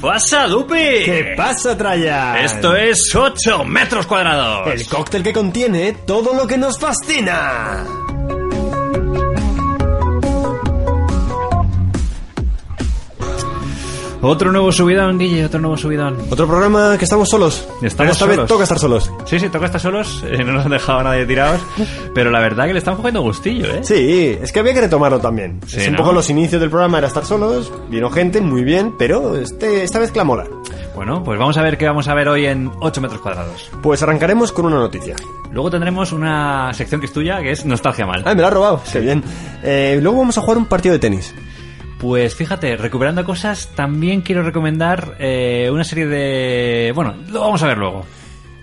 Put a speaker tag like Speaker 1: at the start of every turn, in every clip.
Speaker 1: pasa, Dupi?
Speaker 2: ¿Qué pasa, Traya?
Speaker 1: Esto es 8 metros cuadrados.
Speaker 2: El cóctel que contiene todo lo que nos fascina.
Speaker 1: Otro nuevo subidón, Guille, otro nuevo subidón.
Speaker 2: Otro programa que estamos solos.
Speaker 1: Estamos
Speaker 2: Esta
Speaker 1: solos.
Speaker 2: vez toca estar solos.
Speaker 1: Sí, sí, toca estar solos. eh, no nos han dejado a nadie tirados. Pero la verdad que le están cogiendo gustillo, ¿eh?
Speaker 2: Sí, es que había que retomarlo también.
Speaker 1: Sí,
Speaker 2: es un
Speaker 1: ¿no?
Speaker 2: poco los inicios del programa, era estar solos. Vino gente, muy bien, pero este, esta vez mola.
Speaker 1: Bueno, pues vamos a ver qué vamos a ver hoy en 8 metros cuadrados.
Speaker 2: Pues arrancaremos con una noticia.
Speaker 1: Luego tendremos una sección que es tuya, que es Nostalgia Mal.
Speaker 2: Ah, me la ha robado. Qué bien. Eh, luego vamos a jugar un partido de tenis.
Speaker 1: Pues fíjate, recuperando cosas, también quiero recomendar eh, una serie de... Bueno, lo vamos a ver luego.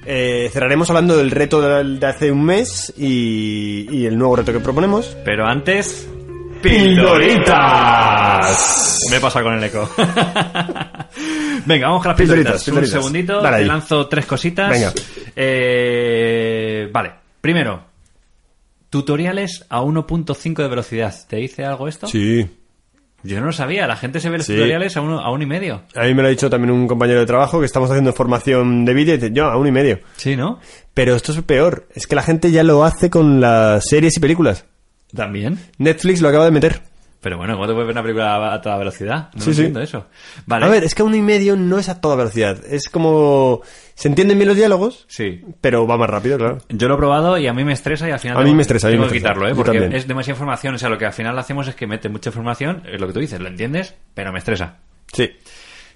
Speaker 2: Eh, cerraremos hablando del reto de, de hace un mes y, y el nuevo reto que proponemos.
Speaker 1: Pero antes...
Speaker 2: ¡Pildoritas!
Speaker 1: Me he pasado con el eco. Venga, vamos con las pildoritas.
Speaker 2: Pildoritas, pildoritas.
Speaker 1: Un segundito,
Speaker 2: Dale
Speaker 1: te
Speaker 2: ahí.
Speaker 1: lanzo tres cositas.
Speaker 2: Venga.
Speaker 1: Eh, vale, primero, tutoriales a 1.5 de velocidad. ¿Te dice algo esto?
Speaker 2: Sí.
Speaker 1: Yo no lo sabía, la gente se ve los
Speaker 2: Sí.
Speaker 1: tutoriales a uno, a uno y medio.
Speaker 2: A mí me lo ha dicho también un compañero de trabajo que estamos haciendo formación de vídeo y dice, yo a uno y medio.
Speaker 1: Sí, ¿no?
Speaker 2: Pero esto es peor, es que la gente ya lo hace con las series y películas.
Speaker 1: También.
Speaker 2: Netflix lo acaba de meter.
Speaker 1: Pero bueno, ¿cómo te puedes ver una película a toda velocidad? No
Speaker 2: Sí, sí.
Speaker 1: entiendo eso. Vale.
Speaker 2: A ver, es que a uno y medio no es a toda velocidad. Es como... Se entienden bien los diálogos,
Speaker 1: Sí.
Speaker 2: pero va más rápido, claro.
Speaker 1: Yo lo he probado y a mí me estresa y al final
Speaker 2: A mí me estresa, a mí
Speaker 1: tengo
Speaker 2: me
Speaker 1: que
Speaker 2: estresa.
Speaker 1: quitarlo, ¿eh?
Speaker 2: Yo
Speaker 1: porque
Speaker 2: también.
Speaker 1: es demasiada información. O sea, lo que al final hacemos es que mete mucha información, es lo que tú dices, lo entiendes, pero me estresa.
Speaker 2: Sí.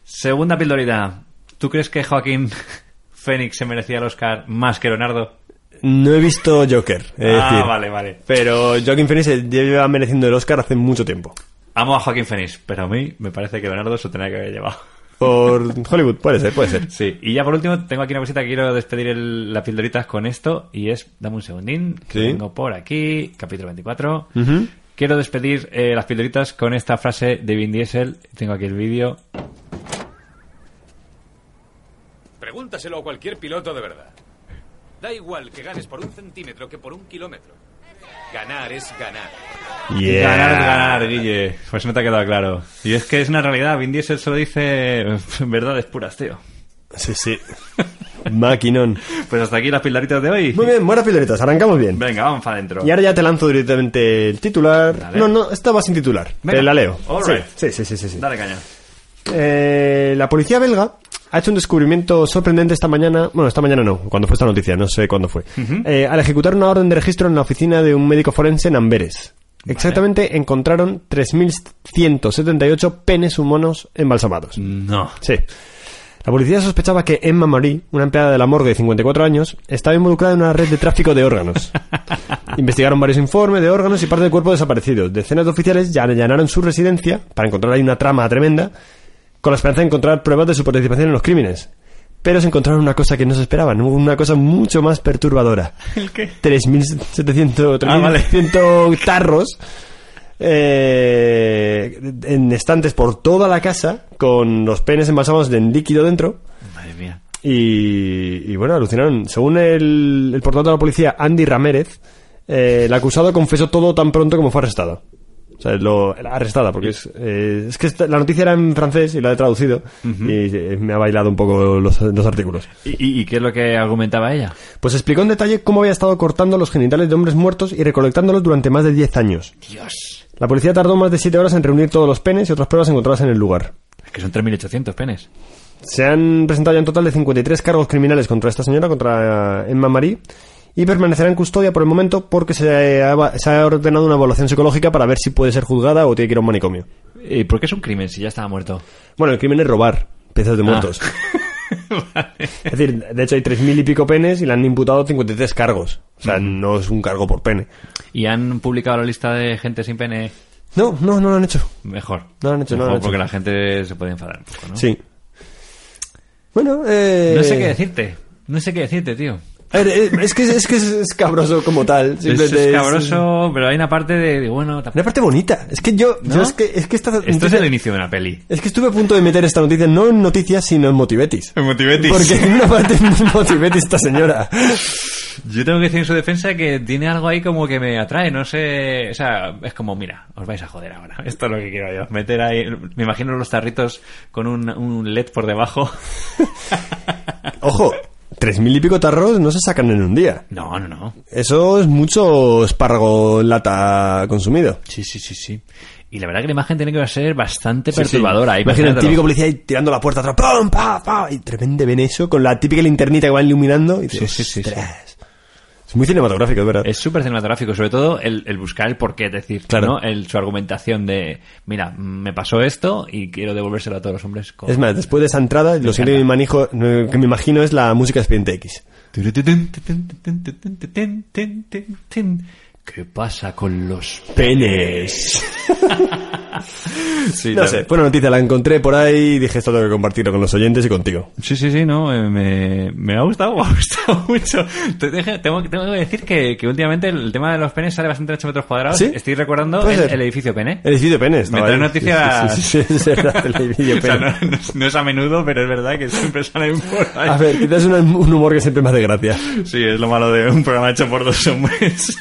Speaker 1: Segunda pildorita. ¿Tú crees que Joaquín Fénix se merecía el Oscar más que Leonardo?
Speaker 2: No he visto Joker. es
Speaker 1: ah,
Speaker 2: decir.
Speaker 1: vale, vale.
Speaker 2: Pero Joaquin Phoenix se lleva mereciendo el Oscar hace mucho tiempo.
Speaker 1: Amo a Joaquín Fénix, pero a mí me parece que Leonardo se tenía que haber llevado.
Speaker 2: Por Hollywood, puede ser, puede ser.
Speaker 1: Sí, y ya por último, tengo aquí una cosita que quiero despedir el- las pildoritas con esto, y es, dame un segundín, que
Speaker 2: Sí.
Speaker 1: vengo por aquí, capítulo 24. Quiero despedir eh, las pildoritas con esta frase de Vin Diesel, tengo aquí el vídeo.
Speaker 3: Pregúntaselo a cualquier piloto de verdad. Da igual que ganes por un centímetro que por un kilómetro. Ganar es ganar.
Speaker 2: Yeah.
Speaker 1: Ganar, ganar, Guille. Pues no te ha quedado claro. Y es que es una realidad, Vin Diesel solo dice verdades puras, tío.
Speaker 2: Sí, sí. Maquinón.
Speaker 1: Pues hasta aquí las pildoritas de hoy.
Speaker 2: Muy bien, buenas pildoritas, arrancamos bien.
Speaker 1: Venga, vamos para adentro.
Speaker 2: Y ahora ya te lanzo directamente el titular.
Speaker 1: Dale.
Speaker 2: No, no, esta va sin titular.
Speaker 1: Venga.
Speaker 2: Te la leo.
Speaker 1: All
Speaker 2: Sí,
Speaker 1: right.
Speaker 2: Sí, sí, sí, sí. sí.
Speaker 1: Dale caña.
Speaker 2: Eh, la policía belga ha hecho un descubrimiento sorprendente esta mañana. Bueno, esta mañana no, cuando fue esta noticia, no sé cuándo fue. Eh, al ejecutar una orden de registro en la oficina de un médico forense en Amberes. Exactamente, encontraron 3.178 penes humanos embalsamados.
Speaker 1: Mm. No.
Speaker 2: Sí. La policía sospechaba que Emma Marie, una empleada de la morgue de 54 años, estaba involucrada en una red de tráfico de órganos. Investigaron varios informes de órganos y parte del cuerpo desaparecido. Decenas de oficiales ya allanaron su residencia para encontrar ahí una trama tremenda, con la esperanza de encontrar pruebas de su participación en los crímenes. Pero se encontraron una cosa que no se esperaban, una cosa mucho más perturbadora.
Speaker 1: ¿El qué?
Speaker 2: 3.700
Speaker 1: Ah, vale.
Speaker 2: 3.100 tarros eh, en estantes por toda la casa con los penes embalsamados de líquido dentro.
Speaker 1: Madre mía.
Speaker 2: Y, y bueno, alucinaron. Según el, el portavoz de la policía, Andy Ramírez, eh, el acusado confesó todo tan pronto como fue arrestado. O sea, lo, arrestada, porque es, eh, es que esta- la noticia era en francés y la he traducido y eh, me ha bailado un poco los- los artículos.
Speaker 1: ¿Y, y- y qué es lo que argumentaba ella?
Speaker 2: Pues explicó en detalle cómo había estado cortando los genitales de hombres muertos y recolectándolos durante más de 10 años.
Speaker 1: Dios.
Speaker 2: La policía tardó más de 7 horas en reunir todos los penes y otras pruebas encontradas en el lugar.
Speaker 1: Es que son 3.800 penes.
Speaker 2: Se han presentado ya un total de 53 cargos criminales contra esta señora, contra eh, Emma Marie, y permanecerá en custodia por el momento porque se ha, se ha ordenado una evaluación psicológica para ver si puede ser juzgada o tiene que ir a un manicomio.
Speaker 1: ¿Y por qué es un crimen si ya estaba muerto?
Speaker 2: Bueno, el crimen es robar piezas de muertos. Es decir, de hecho hay 3.000 y pico penes y le han imputado 53 cargos. O sea, no es un cargo por pene.
Speaker 1: ¿Y han publicado la lista de gente sin pene
Speaker 2: No, no, no lo han hecho.
Speaker 1: mejor?
Speaker 2: No lo han hecho, no
Speaker 1: Mejor
Speaker 2: lo han hecho.
Speaker 1: Porque la gente se puede enfadar un poco, ¿no?
Speaker 2: Sí. Bueno, eh...
Speaker 1: No sé qué decirte. No sé qué decirte, tío.
Speaker 2: A ver, eh, es que es, es que es escabroso como tal.
Speaker 1: Es
Speaker 2: Simplemente
Speaker 1: escabroso, pero hay una parte de, de, bueno... tampoco-
Speaker 2: Una parte bonita. Es que yo, yo
Speaker 1: ¿No?
Speaker 2: es que, es que esta
Speaker 1: Esto es el inicio de una peli.
Speaker 2: es que estuve a punto de meter esta noticia no en noticias, sino en motivetis.
Speaker 1: Motivetis.
Speaker 2: Porque en una parte es muy motivetis esta señora.
Speaker 1: Yo tengo que decir en su defensa que tiene algo ahí como que me atrae, no sé, o sea, es como, mira, os vais a joder ahora, esto es lo que quiero yo, meter ahí, me imagino los tarritos con un, un LED por debajo.
Speaker 2: Ojo, tres mil y pico tarros no se sacan en un día.
Speaker 1: No, no, no.
Speaker 2: Eso es mucho espárrago en lata consumido.
Speaker 1: Sí, sí, sí, sí. Y la verdad que la imagen tiene que ser bastante
Speaker 2: Sí, sí.
Speaker 1: perturbadora. ahí,
Speaker 2: Imagina el
Speaker 1: imagínatelo.
Speaker 2: típico policía ahí tirando la puerta atrás, ¡pam, pa, pa! Y de repente ven eso con la típica linternita que van iluminando. Y dices,
Speaker 1: Sí, sí, sí, sí.
Speaker 2: "Ostras". Es muy cinematográfico, es verdad.
Speaker 1: Es súper cinematográfico, sobre todo el, el buscar el porqué, es decir,
Speaker 2: Claro.
Speaker 1: ¿no? El, su argumentación de, mira, me pasó esto y quiero devolvérselo a todos los hombres. Con...
Speaker 2: Es más, después de esa entrada, lo siguiente que me, manejo- que me imagino es la música de Expediente X.
Speaker 1: ¿Qué pasa con los
Speaker 2: Penes.
Speaker 1: Sí,
Speaker 2: No
Speaker 1: la-
Speaker 2: sé, buena noticia, la encontré por ahí y dije esto tengo que compartirlo con los oyentes y contigo.
Speaker 1: Sí, sí, sí, no, eh, me, me ha gustado, me ha gustado mucho. Te deje- Tengo, tengo que decir que, que últimamente el tema de los penes sale bastante en 8 metros cuadrados.
Speaker 2: ¿Sí?
Speaker 1: Estoy recordando
Speaker 2: Puede
Speaker 1: el,
Speaker 2: ser.
Speaker 1: el edificio pene.
Speaker 2: El edificio de penes.
Speaker 1: Me
Speaker 2: estaba
Speaker 1: trae
Speaker 2: ahí.
Speaker 1: noticias-
Speaker 2: Sí, sí, sí, es verdad, el edificio
Speaker 1: O sea,
Speaker 2: penes.
Speaker 1: no, no es- no es a menudo, pero es verdad que siempre salen por ahí.
Speaker 2: A ver, quizás es un, un humor que siempre me hace gracia.
Speaker 1: Sí, es lo malo de un programa hecho por dos hombres.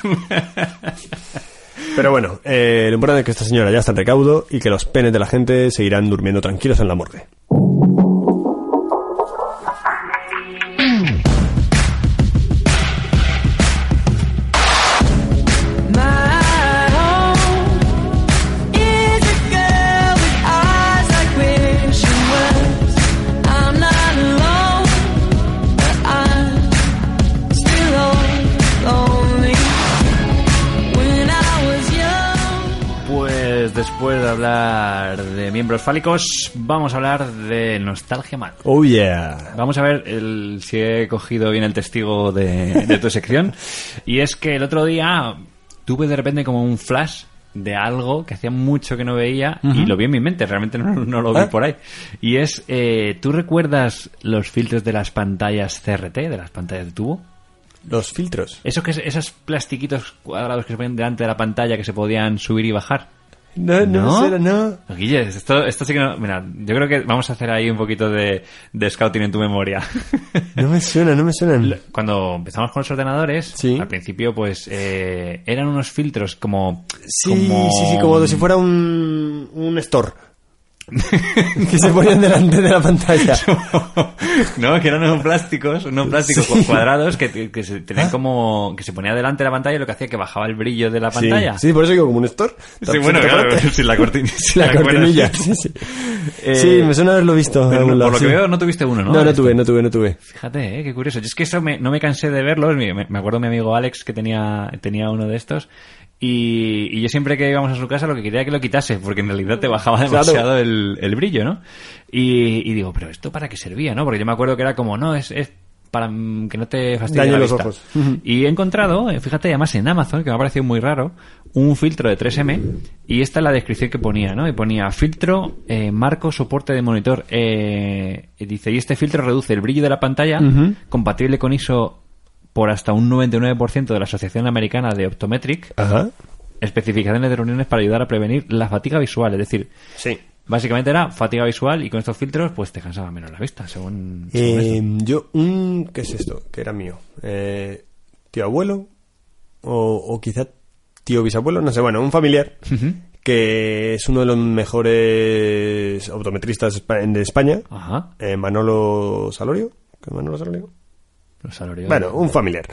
Speaker 2: Pero bueno, eh, lo importante es que esta señora ya está en recaudo y que los penes de la gente seguirán durmiendo tranquilos en la morgue.
Speaker 1: Pues después de hablar de miembros fálicos, vamos a hablar de nostalgia mal.
Speaker 2: Oh yeah.
Speaker 1: Vamos a ver el- si he cogido bien el testigo de, de tu sección. Y es que el otro día tuve de repente como un flash de algo que hacía mucho que no veía y lo vi en mi mente, realmente no, no lo vi
Speaker 2: Ah.
Speaker 1: por ahí. Y es, eh, ¿tú recuerdas los filtros de las pantallas CRT, de las pantallas de tubo?
Speaker 2: Los filtros.
Speaker 1: Esos, que, esos plastiquitos cuadrados que se ponían delante de la pantalla que se podían subir y bajar.
Speaker 2: Ah, No, no, será- no.
Speaker 1: Guille, esto, esto sí que no... Mira, yo creo que vamos a hacer ahí un poquito de, de scouting en tu memoria.
Speaker 2: No me suena, no me suenan.
Speaker 1: Cuando empezamos con los ordenadores,
Speaker 2: Sí.
Speaker 1: al principio pues eh, eran unos filtros como...
Speaker 2: Sí, sí, sí, como si fuera un, un store. que se ponían delante de la pantalla.
Speaker 1: no, que eran unos plásticos, unos plásticos
Speaker 2: Sí. Ah.
Speaker 1: cuadrados que, que se tenían como... que se ponía delante de la pantalla y lo que hacía que bajaba el brillo de la
Speaker 2: Sí,
Speaker 1: pantalla.
Speaker 2: sí, por eso digo como un store.
Speaker 1: Sí, bueno, claro,
Speaker 2: Aparte.
Speaker 1: sin la cortina. sin
Speaker 2: La
Speaker 1: cuerda.
Speaker 2: cortinilla. Sí, sí.
Speaker 1: Eh,
Speaker 2: Sí, me suena haberlo visto. en
Speaker 1: Pero
Speaker 2: algún
Speaker 1: no-
Speaker 2: lado,
Speaker 1: por lo que
Speaker 2: sí.
Speaker 1: veo, no tuviste uno, ¿no? Este.
Speaker 2: No, no tuve, no tuve, no tuve.
Speaker 1: Fíjate, ¿eh? qué curioso. Yo es que eso me- no me cansé de verlos. Me, me acuerdo mi amigo Alex que tenía, tenía uno de estos. Y, y yo siempre que íbamos a su casa lo que quería era que lo quitase, porque en realidad te bajaba demasiado el, el brillo, ¿no? Y, y digo, pero ¿esto para qué servía, no? Porque yo me acuerdo que era como, no, es, es para mm, que no te fastidie
Speaker 2: Dañe
Speaker 1: la
Speaker 2: los
Speaker 1: vista.
Speaker 2: ojos. Ujú.
Speaker 1: Y he encontrado, eh, fíjate, además en Amazon, que me ha parecido muy raro, un filtro de 3M. Y esta es la descripción que ponía, ¿no? Y ponía filtro, eh, marco, soporte de monitor. eh, y dice, y este filtro reduce el brillo de la pantalla,
Speaker 2: Ujú.
Speaker 1: compatible con ISO por hasta un 99% de la Asociación Americana de Optometric.
Speaker 2: Ajá.
Speaker 1: Especificaciones de reuniones para ayudar a prevenir la fatiga visual. Es decir,
Speaker 2: Sí.
Speaker 1: básicamente era fatiga visual y con estos filtros pues te cansaba menos la vista, según... según
Speaker 2: Eh,
Speaker 1: esto.
Speaker 2: yo, un. ¿Qué es esto? Que era mío. Eh, tío abuelo. O, o quizá tío bisabuelo. No sé, bueno, un familiar.
Speaker 1: Ujú.
Speaker 2: Que es uno de los mejores optometristas espa- de España.
Speaker 1: Ajá.
Speaker 2: Eh, Manolo Salorio. ¿Qué es Manolo Salorio?
Speaker 1: Los salarios.
Speaker 2: Bueno, un familiar.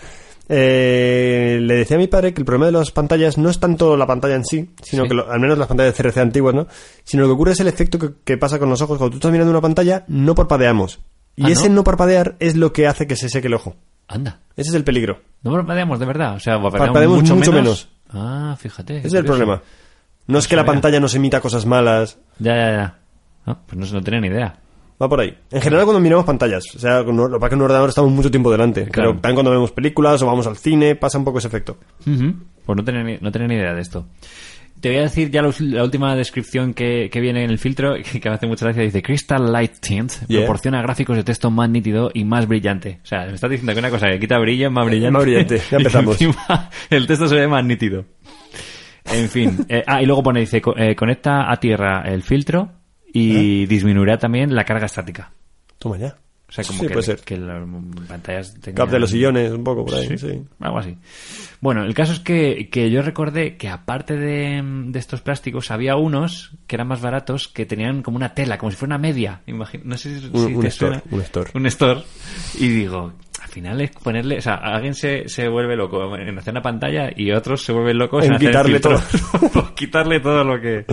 Speaker 2: Eh, le decía a mi padre que el problema de las pantallas no es tanto la pantalla en sí, sino
Speaker 1: Sí.
Speaker 2: que lo- al menos las pantallas CRC antiguas, ¿no? Sino lo que ocurre es el efecto que, que pasa con los ojos. Cuando tú estás mirando una pantalla, no parpadeamos. Y
Speaker 1: Ah,
Speaker 2: ese
Speaker 1: ¿no?
Speaker 2: no parpadear es lo que hace que se seque el ojo.
Speaker 1: Anda.
Speaker 2: Ese es el peligro.
Speaker 1: No parpadeamos, de verdad. O sea, parpadeamos,
Speaker 2: Parpadeamos
Speaker 1: mucho,
Speaker 2: mucho
Speaker 1: menos. Ah, fíjate. qué
Speaker 2: Ese es el
Speaker 1: curioso.
Speaker 2: problema. No es que
Speaker 1: No
Speaker 2: la
Speaker 1: sabía.
Speaker 2: pantalla nos emita cosas malas.
Speaker 1: Ya, ya, ya. Ah, pues no, se- no tenía ni idea.
Speaker 2: Va por ahí. En general cuando miramos pantallas, o sea, con- lo que pasa es que en un ordenador estamos mucho tiempo delante,
Speaker 1: Claro.
Speaker 2: pero también cuando vemos películas o vamos al cine, pasa un poco ese efecto.
Speaker 1: Ujú. Pues no tenía, ni, no tenía ni idea de esto. Te voy a decir ya la, us- la última descripción que, que viene en el filtro, que, que me hace mucha gracia. Dice, Crystal Light Tint
Speaker 2: Yeah.
Speaker 1: proporciona gráficos de texto más nítido y más brillante. O sea, me estás diciendo que una cosa que quita brillo es más brillante.
Speaker 2: Eh, más brillante.
Speaker 1: Y
Speaker 2: Ya empezamos.
Speaker 1: encima el texto se ve más nítido. En fin. eh, ah, y luego pone, dice, co- eh, conecta a tierra el filtro y
Speaker 2: Ah.
Speaker 1: disminuirá también la carga estática.
Speaker 2: Toma ya.
Speaker 1: O sea, como
Speaker 2: sí,
Speaker 1: que,
Speaker 2: puede ser.
Speaker 1: que las pantallas...
Speaker 2: Cap de
Speaker 1: tenían-
Speaker 2: los sillones, un poco por ahí, sí.
Speaker 1: algo así. Bueno, el caso es que, que yo recordé que aparte de, de estos plásticos había unos que eran más baratos que tenían como una tela, como si fuera una media. Imagino, no sé si, si
Speaker 2: Un- un
Speaker 1: te
Speaker 2: store,
Speaker 1: suena.
Speaker 2: un store.
Speaker 1: Un store. Y digo, al final es ponerle... O sea, alguien se, se vuelve loco en hacer una pantalla y otros se vuelven locos
Speaker 2: En
Speaker 1: en, hacer
Speaker 2: quitarle
Speaker 1: filtros. Por quitarle todo lo que...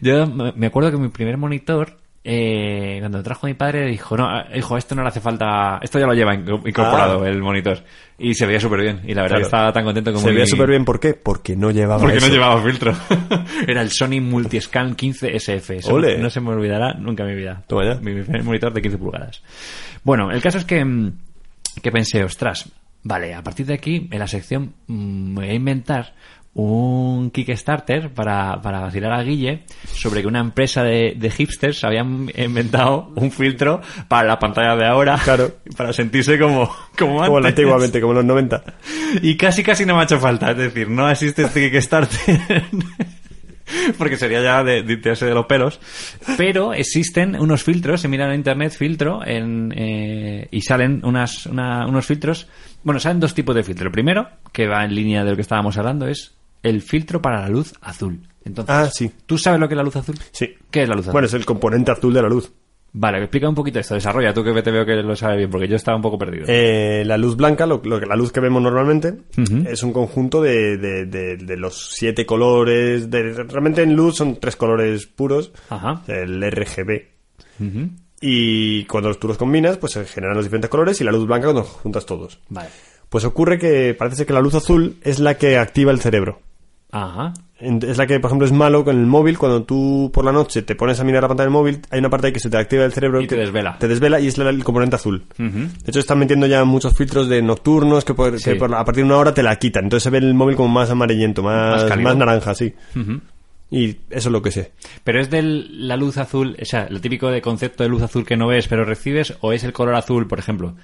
Speaker 1: Yo me me acuerdo que mi primer monitor... eh, cuando lo trajo mi padre dijo no ah, hijo esto no le hace falta esto ya lo lleva inco- incorporado
Speaker 2: Ah.
Speaker 1: el monitor y se veía súper bien y la verdad
Speaker 2: Claro.
Speaker 1: que estaba tan contento como
Speaker 2: Se
Speaker 1: mi-
Speaker 2: veía súper bien, ¿por qué? Porque no llevaba
Speaker 1: porque
Speaker 2: eso.
Speaker 1: no llevaba filtro era el Sony Multiscan 15 SF Eso
Speaker 2: Ole.
Speaker 1: no se me olvidará nunca en mi vida
Speaker 2: Toma ya.
Speaker 1: mi, mi primer monitor de 15 pulgadas bueno el caso es que mm, que pensé ostras vale a partir de aquí en la sección mm, voy a inventar un Kickstarter para, para vacilar a Guille sobre que una empresa de, de hipsters habían inventado un filtro para la pantalla de ahora
Speaker 2: Claro.
Speaker 1: para sentirse como como,
Speaker 2: Como
Speaker 1: antes.
Speaker 2: antiguamente, como en los 90.
Speaker 1: Y casi, casi no me ha hecho falta. Es decir, no existe este Kickstarter. Porque sería ya de, de tirarse de los pelos. Pero existen unos filtros. Se miran en internet filtro en, eh, y salen unas, una- unos filtros. Bueno, salen dos tipos de filtro. El primero, que va en línea de lo que estábamos hablando, es el filtro para la luz azul. Entonces,
Speaker 2: Ah, sí.
Speaker 1: ¿tú sabes lo que es la luz azul?
Speaker 2: Sí.
Speaker 1: ¿Qué es la luz azul?
Speaker 2: Bueno, es el componente azul de la luz.
Speaker 1: Vale, explica un poquito esto. Desarrolla tú que te veo que lo sabes bien, porque yo estaba un poco perdido.
Speaker 2: Eh, la luz blanca, lo, lo que- la luz que vemos normalmente,
Speaker 1: Ujú.
Speaker 2: es un conjunto de, de- de- de los siete colores. de- realmente en luz son tres colores puros.
Speaker 1: Ajá.
Speaker 2: El RGB.
Speaker 1: Ujú.
Speaker 2: Y cuando tú los combinas, pues se generan los diferentes colores y la luz blanca cuando los juntas todos.
Speaker 1: Vale.
Speaker 2: Pues ocurre que parece ser que la luz azul es la que activa el cerebro.
Speaker 1: Ajá.
Speaker 2: En- Es la que, por ejemplo, es malo con el móvil. Cuando tú por la noche te pones a mirar la pantalla del móvil, hay una parte ahí que se te activa el cerebro
Speaker 1: Y
Speaker 2: que
Speaker 1: te desvela.
Speaker 2: Te desvela y es la- el componente azul.
Speaker 1: Ujú.
Speaker 2: De hecho, están metiendo ya muchos filtros de nocturnos que, por, que
Speaker 1: Sí.
Speaker 2: por- a partir de una hora te la quitan. Entonces se ve el móvil como más amarillento, más,
Speaker 1: Más cálido. Hmm.
Speaker 2: más naranja, sí.
Speaker 1: Ujú.
Speaker 2: Y eso es lo que sé.
Speaker 1: ¿Pero es de la luz azul, o sea, lo típico de concepto de luz azul que no ves pero recibes, o es el color azul, por ejemplo?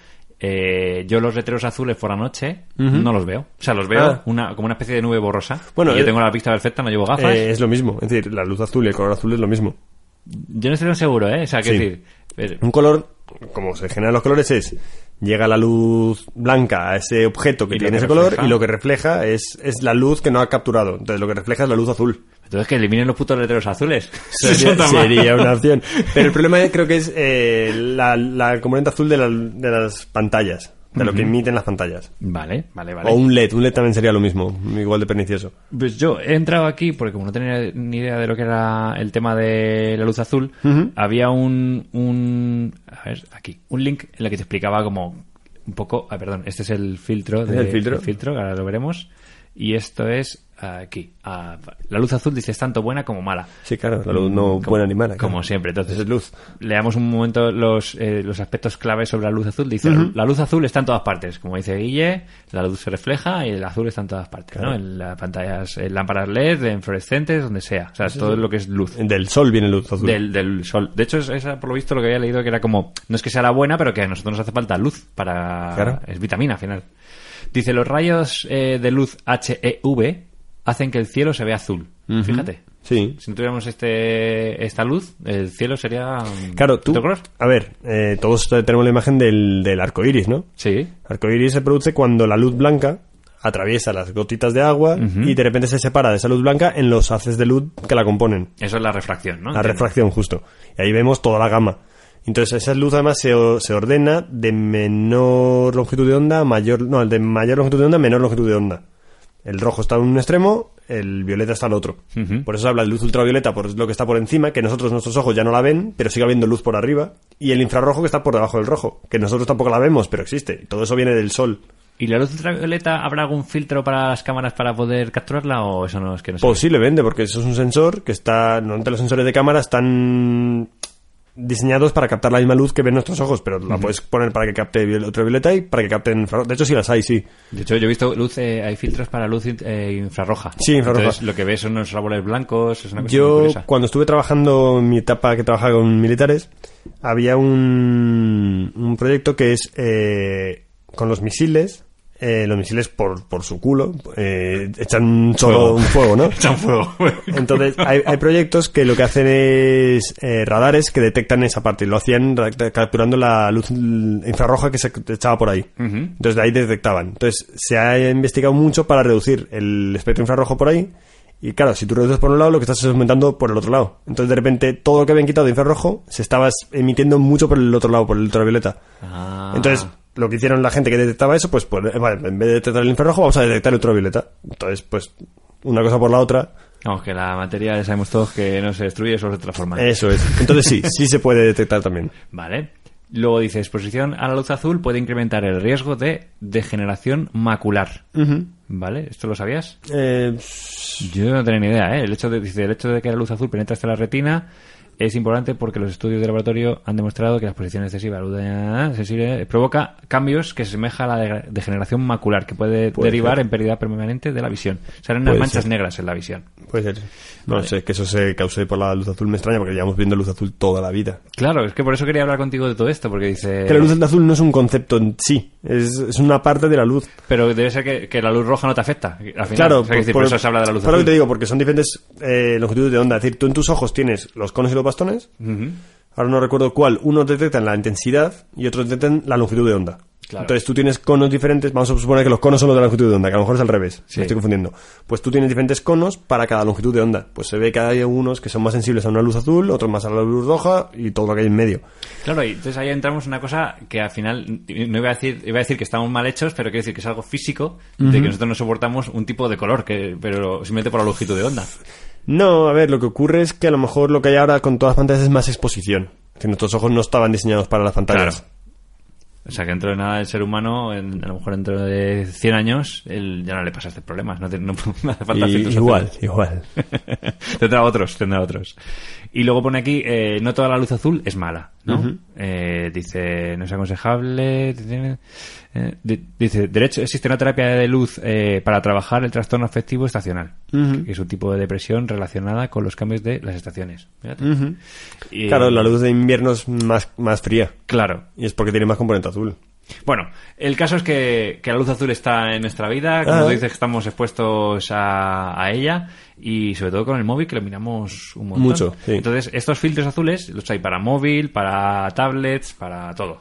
Speaker 1: Eh, yo los letreros azules por la noche no los veo. O sea, los veo
Speaker 2: Ah.
Speaker 1: una, como una especie de nube borrosa.
Speaker 2: Bueno,
Speaker 1: Bueno, yo
Speaker 2: eh,
Speaker 1: tengo la vista perfecta, no llevo gafas.
Speaker 2: Eh, es lo mismo. Es decir, la luz azul y el color azul es lo mismo.
Speaker 1: yo no estoy tan seguro, ¿eh? O sea, que
Speaker 2: sí.
Speaker 1: decir... eh,
Speaker 2: Un color, como se generan los colores, es llega la luz blanca a ese objeto que
Speaker 1: Y lo
Speaker 2: tiene
Speaker 1: que
Speaker 2: ese color
Speaker 1: refleja.
Speaker 2: y lo que refleja es, es la luz que no ha capturado. Entonces lo que refleja es la luz azul.
Speaker 1: Entonces que eliminen los putos letreros azules.
Speaker 2: Sería,
Speaker 1: Eso está mal.
Speaker 2: sería una opción. Pero el problema es- creo que es eh, la, la el componente azul de, la- de las pantallas, de lo que emiten las pantallas.
Speaker 1: Vale, vale, vale.
Speaker 2: O un LED, un LED también sería lo mismo, igual de pernicioso.
Speaker 1: Pues yo he entrado aquí porque como no tenía ni idea de lo que era el tema de la luz azul,
Speaker 2: Ujú.
Speaker 1: había un, un a ver, aquí, un link en el que te explicaba como un poco, ah, perdón, este es el filtro de-
Speaker 2: el filtro?
Speaker 1: ahora lo veremos y esto es aquí. Ah, la luz azul dice es tanto buena como mala.
Speaker 2: Sí, claro, la luz no
Speaker 1: Como-
Speaker 2: buena ni mala. claro.
Speaker 1: Como siempre, entonces
Speaker 2: Es luz.
Speaker 1: leamos un momento los, eh, los aspectos claves sobre la luz azul. Dice, la luz azul está en todas partes. Como dice Guille, la luz se refleja y el azul está en todas partes, ¿no? En las pantallas, en lámparas LED, en fluorescentes, donde sea. O sea, todo lo que es luz.
Speaker 2: Del sol viene luz azul.
Speaker 1: Del, del sol. De hecho, es, es, por lo visto lo que había leído que era como, no es que sea la buena, pero que a nosotros nos hace falta luz para...
Speaker 2: Claro.
Speaker 1: Es vitamina al final. Dice, los rayos eh, de luz HEV hacen que el cielo se vea azul. Fíjate.
Speaker 2: Sí.
Speaker 1: Si no tuviéramos este, esta luz, el cielo sería... mm,
Speaker 2: Claro, tú.
Speaker 1: ¿de color?
Speaker 2: A ver, eh, todos tenemos la imagen del, del arco iris, ¿no?
Speaker 1: Sí.
Speaker 2: El arco iris se produce cuando la luz blanca atraviesa las gotitas de agua y de repente se separa de esa luz blanca en los haces de luz que la componen.
Speaker 1: Eso es la refracción, ¿no?
Speaker 2: La
Speaker 1: Entiendo.
Speaker 2: refracción, justo. Y ahí vemos toda la gama. Entonces esa luz además se, o- se ordena de menor longitud de onda a mayor... No, de mayor longitud de onda a menor longitud de onda. El rojo está en un extremo, el violeta está al otro.
Speaker 1: Ujú.
Speaker 2: Por eso se habla de luz ultravioleta, por lo que está por encima, que nosotros, nuestros ojos ya no la ven, pero sigue habiendo luz por arriba. Y el infrarrojo que está por debajo del rojo, que nosotros tampoco la vemos, pero existe. Todo eso viene del sol.
Speaker 1: ¿Y la luz ultravioleta habrá algún filtro para las cámaras para poder capturarla o eso no es que no sé?
Speaker 2: Pues Posiblemente, porque eso es un sensor que está. Normalmente los sensores de cámara están diseñados para captar la misma luz que ven nuestros ojos, pero la puedes poner para que capte viol- ultravioleta y para que capte infrarrojo. De hecho, sí las hay, sí.
Speaker 1: De hecho, yo he visto luz, eh, hay filtros para luz eh, infrarroja.
Speaker 2: Sí, infrarroja.
Speaker 1: Entonces, lo que ves son unos árboles blancos, Pues es una cosa muy
Speaker 2: Yo,
Speaker 1: curiosa.
Speaker 2: cuando estuve trabajando en mi etapa que trabajaba con militares, había un, un proyecto que es eh, con los misiles. eh, los misiles por, por su culo eh, echan solo
Speaker 1: Fuego.
Speaker 2: un fuego, ¿no?
Speaker 1: Echan fuego.
Speaker 2: Entonces, hay, hay proyectos que lo que hacen es eh, radares que detectan esa parte. Lo hacían ra- capturando la luz l- infrarroja que se echaba por ahí. Entonces, de ahí detectaban. Entonces, se ha investigado mucho para reducir el espectro infrarrojo por ahí. Y claro, si tú reduces por un lado, lo que estás es aumentando por el otro lado. Entonces, de repente, todo lo que habían quitado de infrarrojo se estaba emitiendo mucho por el otro lado, por el ultravioleta.
Speaker 1: Ah.
Speaker 2: Entonces, lo que hicieron la gente que detectaba eso, pues, pues eh, vale, en vez de detectar el infrarrojo, vamos a detectar el ultravioleta. Entonces, pues, una cosa por la otra.
Speaker 1: Vamos, que la materia ya sabemos todos que no se destruye, solo se transforma.
Speaker 2: Eso es. Entonces sí, sí se puede detectar también.
Speaker 1: Vale. Luego dice, exposición a la luz azul puede incrementar el riesgo de degeneración macular. ¿Vale? ¿Esto lo sabías?
Speaker 2: Eh,
Speaker 1: Yo no tenía ni idea, ¿eh? El hecho de, dice, el hecho de que la luz azul penetre hasta la retina es importante porque los estudios de laboratorio han demostrado que la exposición excesiva a la luz eh, sensible provoca cambios que se asemeja a la de- degeneración macular, que puede,
Speaker 2: Puede
Speaker 1: derivar
Speaker 2: ser.
Speaker 1: en pérdida permanente de la visión. Salen unas
Speaker 2: Puede
Speaker 1: manchas
Speaker 2: ser.
Speaker 1: negras en la visión.
Speaker 2: puede ser. No
Speaker 1: Vale.
Speaker 2: sé, que eso se cause por la luz azul me extraña porque llevamos viendo luz azul toda la vida.
Speaker 1: Claro, es que por eso quería hablar contigo de todo esto, porque dice...
Speaker 2: Que la luz azul no es un concepto en sí, es, es una parte de la luz.
Speaker 1: Pero debe ser que, que la luz roja no te afecta. Al final,
Speaker 2: Claro,
Speaker 1: O sea, que decir, por, eso se habla de la luz
Speaker 2: por lo
Speaker 1: azul.
Speaker 2: que te digo, porque son diferentes eh, longitudes de onda. Es decir, tú en tus ojos tienes los conos y los bastones.
Speaker 1: Ujú.
Speaker 2: Ahora no recuerdo cuál. Unos detectan la intensidad y otros detectan la longitud de onda.
Speaker 1: Claro.
Speaker 2: Entonces tú tienes conos diferentes. Vamos a suponer que los conos son los de la longitud de onda, que a lo mejor es al revés.
Speaker 1: Sí.
Speaker 2: Me estoy confundiendo. Pues tú tienes diferentes conos para cada longitud de onda. Pues se ve que hay unos que son más sensibles a una luz azul, otros más a la luz roja y todo lo que hay en medio.
Speaker 1: Claro, y entonces ahí entramos en una cosa que al final, no iba a decir, iba a decir que estamos mal hechos, pero quiero decir que es algo físico, de que nosotros no soportamos un tipo de color, que, pero simplemente por la longitud de onda.
Speaker 2: No, a ver, lo que ocurre es que a lo mejor lo que hay ahora con todas las pantallas es más exposición. Que nuestros ojos no estaban diseñados para las pantallas.
Speaker 1: Claro. O sea, que dentro de nada el ser humano, en- a lo mejor dentro de 100 años, él ya no le pasa este problema. No, te- no- no hace falta
Speaker 2: Y-
Speaker 1: filtros
Speaker 2: igual,
Speaker 1: azules.
Speaker 2: igual.
Speaker 1: tendrá otros, tendrá otros. Y luego pone aquí, eh, no toda la luz azul es mala, ¿no? Eh, dice, no es aconsejable. eh, di- dice, derecho, existe una terapia de luz eh, para trabajar el trastorno afectivo estacional, que es un tipo de depresión relacionada con los cambios de las estaciones. Fíjate. Y-
Speaker 2: Claro, la luz de invierno es más, más fría.
Speaker 1: Claro.
Speaker 2: Y es porque tiene más componente azul.
Speaker 1: Bueno, el caso es que, que la luz azul está en nuestra vida, como
Speaker 2: Ah.
Speaker 1: tú dices, estamos expuestos a, a ella y sobre todo con el móvil que lo miramos un montón.
Speaker 2: Mucho, sí.
Speaker 1: Entonces, estos filtros azules los hay para móvil, para tablets, para todo.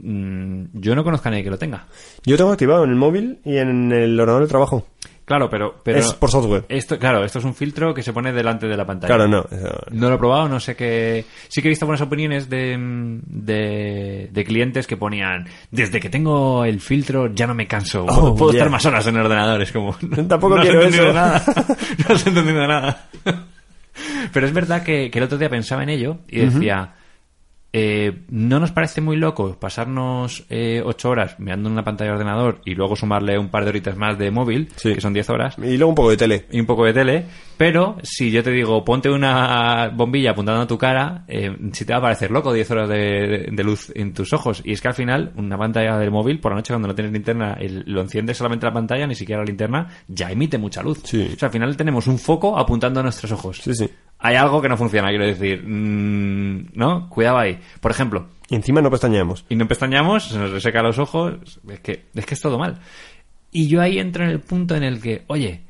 Speaker 1: Mm, yo no conozco a nadie que lo tenga.
Speaker 2: Yo tengo activado en el móvil y en el ordenador de trabajo.
Speaker 1: Claro, pero... pero
Speaker 2: Es por software.
Speaker 1: Esto, claro, esto es un filtro que se pone delante de la pantalla.
Speaker 2: Claro, no. eh, eso-
Speaker 1: No lo he probado, no sé qué. Sí que he visto buenas opiniones de, mm, de, de clientes que ponían: Desde que tengo el filtro ya no me canso.
Speaker 2: Oh,
Speaker 1: Puedo
Speaker 2: ya.
Speaker 1: estar más horas en el ordenador. Es como. no-
Speaker 2: Tampoco
Speaker 1: no has
Speaker 2: quiero
Speaker 1: entendido
Speaker 2: eso.
Speaker 1: nada. No has entendido nada. Pero es verdad que, que el otro día pensaba en ello y decía. eh, no nos parece muy loco pasarnos eh, ocho horas mirando una pantalla de ordenador y luego sumarle un par de horitas más de móvil,
Speaker 2: Sí.
Speaker 1: que son 10 horas,
Speaker 2: Y luego un poco de tele.
Speaker 1: y un poco de tele, pero si yo te digo ponte una bombilla apuntando a tu cara, eh, si te va a parecer loco 10 horas de, de luz en tus ojos. Y es que al final, una pantalla del móvil, por la noche cuando no tienes linterna, el- lo enciendes solamente la pantalla, ni siquiera la linterna, ya emite mucha luz.
Speaker 2: Sí.
Speaker 1: O sea, al final tenemos un foco apuntando a nuestros ojos.
Speaker 2: Sí, sí.
Speaker 1: Hay algo que no funciona, quiero decir. mm, ¿No? Cuidado ahí. Por ejemplo,
Speaker 2: Y encima no pestañeamos.
Speaker 1: y no pestañamos, se nos reseca los ojos, es que es que es todo mal. Y yo ahí entro en el punto en el que, oye,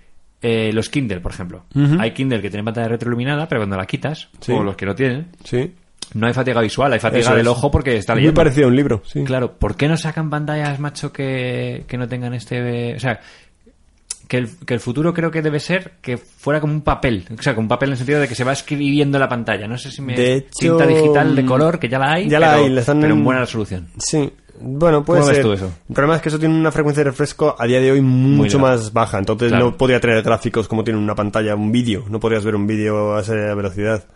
Speaker 1: eh, los Kindle, por ejemplo. Hay Kindle que tienen pantalla retroiluminada, pero cuando la quitas,
Speaker 2: Sí.
Speaker 1: o los que no tienen,
Speaker 2: Sí.
Speaker 1: no hay fatiga visual, hay fatiga
Speaker 2: Eso es.
Speaker 1: del ojo porque está
Speaker 2: Muy
Speaker 1: leyendo.
Speaker 2: parecido a un libro. Sí.
Speaker 1: Claro, ¿por qué no sacan pantallas, macho, que, que no tengan este... O sea, que el, que el futuro creo que debe ser que fuera como un papel. O sea, como un papel en el sentido de que se va escribiendo en la pantalla. No sé si me.
Speaker 2: De hecho, mm,
Speaker 1: cinta digital de color, que ya la hay.
Speaker 2: ya la
Speaker 1: pero-
Speaker 2: hay, la están
Speaker 1: pero en
Speaker 2: en-
Speaker 1: buena resolución.
Speaker 2: Sí. Bueno, puede
Speaker 1: ¿Cómo ves
Speaker 2: ser.
Speaker 1: tú eso?
Speaker 2: El problema es que eso tiene una frecuencia de refresco a día de hoy mucho
Speaker 1: baja.
Speaker 2: más baja. Entonces
Speaker 1: Claro.
Speaker 2: no podría traer gráficos como tiene una pantalla, un vídeo. No podrías ver un vídeo a esa velocidad.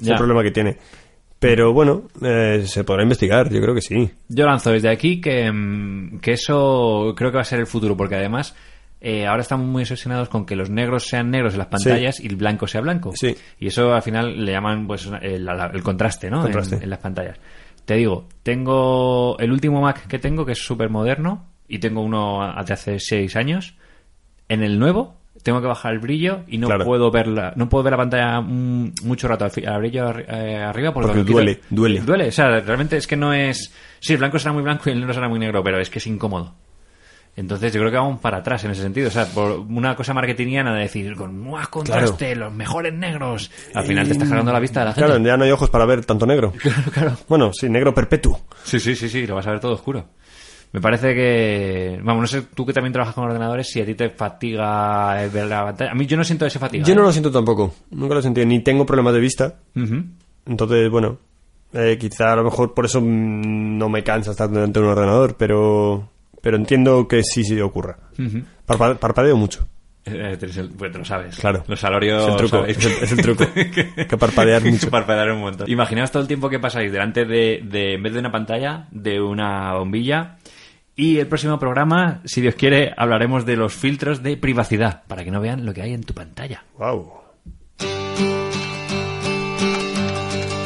Speaker 2: Es
Speaker 1: Ya.
Speaker 2: el problema que tiene. Pero bueno, eh, se podrá investigar, yo creo que sí.
Speaker 1: Yo lanzo desde aquí que, mm, que eso creo que va a ser el futuro, porque además eh, ahora estamos muy obsesionados con que los negros sean negros en las pantallas y el blanco sea blanco.
Speaker 2: Sí.
Speaker 1: Y eso al final le llaman pues una- el, la- el contraste, ¿no?
Speaker 2: Contraste.
Speaker 1: En, en las pantallas. Te digo, tengo el último Mac que tengo, que es súper moderno, y tengo uno a- de hace seis años. En el nuevo tengo que bajar el brillo y no
Speaker 2: Claro.
Speaker 1: puedo verla no puedo ver la pantalla mm, mucho rato al, fi- al brillo arri- eh, arriba porque,
Speaker 2: Porque
Speaker 1: lo quito-
Speaker 2: duele, duele.
Speaker 1: duele. O sea, realmente es que no es. Sí, el blanco será muy blanco y el negro será muy negro, pero es que es incómodo. Entonces yo creo que vamos para atrás en ese sentido. O sea, por una cosa marketingiana de decir con más contraste, los mejores negros. Al final te estás cargando la vista de la gente.
Speaker 2: Eh, Claro, ya no hay ojos para ver tanto negro. Claro, claro. Bueno, sí, negro perpetuo.
Speaker 1: Sí, sí, sí, sí, lo vas a ver todo oscuro. Me parece que. Vamos, no sé, tú que también trabajas con ordenadores, si a ti te fatiga eh, ver la pantalla. A mí yo no siento ese fatiga.
Speaker 2: Yo no
Speaker 1: ¿eh?
Speaker 2: lo siento tampoco. Nunca lo he sentido. Ni tengo problemas de vista.
Speaker 1: Ujú.
Speaker 2: Entonces, bueno, eh, quizá a lo mejor por eso mm, no me cansa estar delante de un ordenador, pero, pero entiendo que sí, sí ocurra. Parpa- parpadeo mucho.
Speaker 1: Eh, tienes el- Pues lo sabes.
Speaker 2: Claro.
Speaker 1: Los salarios.
Speaker 2: Es el truco,
Speaker 1: sabéis
Speaker 2: es el- es el truco.
Speaker 1: que-
Speaker 2: Que parpadear mucho.
Speaker 1: que parpadear un montón. Imaginaos todo el tiempo que pasáis delante de, de- en vez de una pantalla, de una bombilla. Y el próximo programa, si Dios quiere, hablaremos de los filtros de privacidad, para que no vean lo que hay en tu pantalla.
Speaker 2: Wow.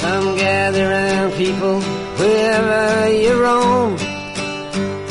Speaker 4: Come gather round, people, wherever you roam,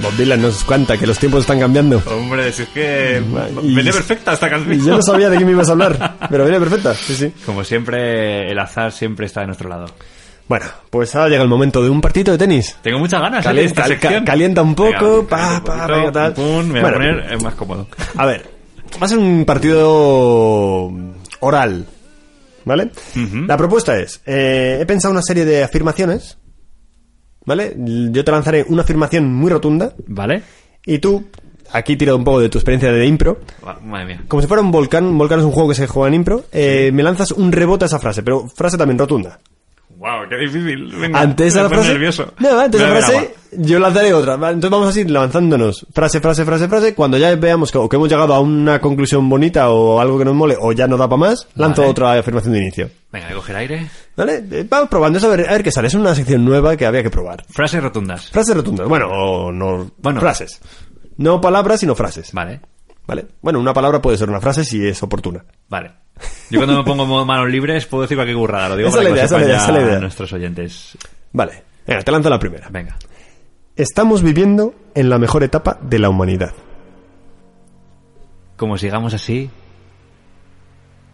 Speaker 2: Bob Dylan nos cuenta que los tiempos están cambiando.
Speaker 1: Hombre, si es que
Speaker 2: Y-
Speaker 1: venía perfecta esta
Speaker 2: Y
Speaker 1: canción.
Speaker 2: yo no sabía de quién me ibas a hablar, pero viene perfecta. Sí, sí.
Speaker 1: Como siempre, el azar siempre está de nuestro lado.
Speaker 2: Bueno, pues ahora llega el momento de un partido de tenis.
Speaker 1: Tengo muchas ganas. ¿eh?
Speaker 2: Cali-
Speaker 1: de esta
Speaker 2: cal-
Speaker 1: sección.
Speaker 2: ca- calienta un poco,
Speaker 1: Venga,
Speaker 2: pa,
Speaker 1: calienta un
Speaker 2: pa,
Speaker 1: poquito,
Speaker 2: venga, tal.
Speaker 1: pum, me voy a
Speaker 2: Bueno.
Speaker 1: poner eh, más cómodo.
Speaker 2: A ver, va a ser un partido oral, ¿vale? La propuesta es, eh, he pensado una serie de afirmaciones, ¿vale? Yo te lanzaré una afirmación muy rotunda
Speaker 1: ¿Vale?
Speaker 2: y tú, aquí tira un poco de tu experiencia de impro,
Speaker 1: Buah, Madre mía.
Speaker 2: como si fuera un volcán, un volcán es un juego que se juega en impro, eh, me lanzas un rebote a esa frase, pero frase también rotunda.
Speaker 1: Wow, qué difícil. Venga,
Speaker 2: Antes de
Speaker 1: me
Speaker 2: la
Speaker 1: pone
Speaker 2: frase,
Speaker 1: nervioso.
Speaker 2: no, antes
Speaker 1: Voy
Speaker 2: de la
Speaker 1: a beber
Speaker 2: frase, yo lanzaré otra. ¿vale? Entonces vamos así lanzándonos frase, frase, frase, frase. Cuando ya veamos que, o que hemos llegado a una conclusión bonita o algo que nos mole o ya no da para más, lanzo
Speaker 1: Vale.
Speaker 2: otra afirmación de inicio.
Speaker 1: agua. Venga, voy a coger aire.
Speaker 2: ¿Vale? Eh, Vamos probando eso a ver, a ver qué sale. Es una sección nueva que había que probar.
Speaker 1: Frases rotundas.
Speaker 2: Frases rotundas. Bueno, o no.
Speaker 1: Bueno.
Speaker 2: Frases. No palabras, sino frases.
Speaker 1: Vale,
Speaker 2: ¿Vale? Bueno, una palabra puede ser una frase si es oportuna.
Speaker 1: vale. Yo cuando me pongo en modo manos libres puedo decir cualquier burrada. Lo digo
Speaker 2: Esa
Speaker 1: para
Speaker 2: es
Speaker 1: que
Speaker 2: la
Speaker 1: lo
Speaker 2: idea,
Speaker 1: sepan
Speaker 2: esa es
Speaker 1: ya
Speaker 2: la idea, esa es la idea.
Speaker 1: nuestros oyentes.
Speaker 2: Vale. Venga, te lanzo la primera.
Speaker 1: Venga.
Speaker 2: Estamos viviendo en la mejor etapa de la humanidad.
Speaker 1: Como sigamos así,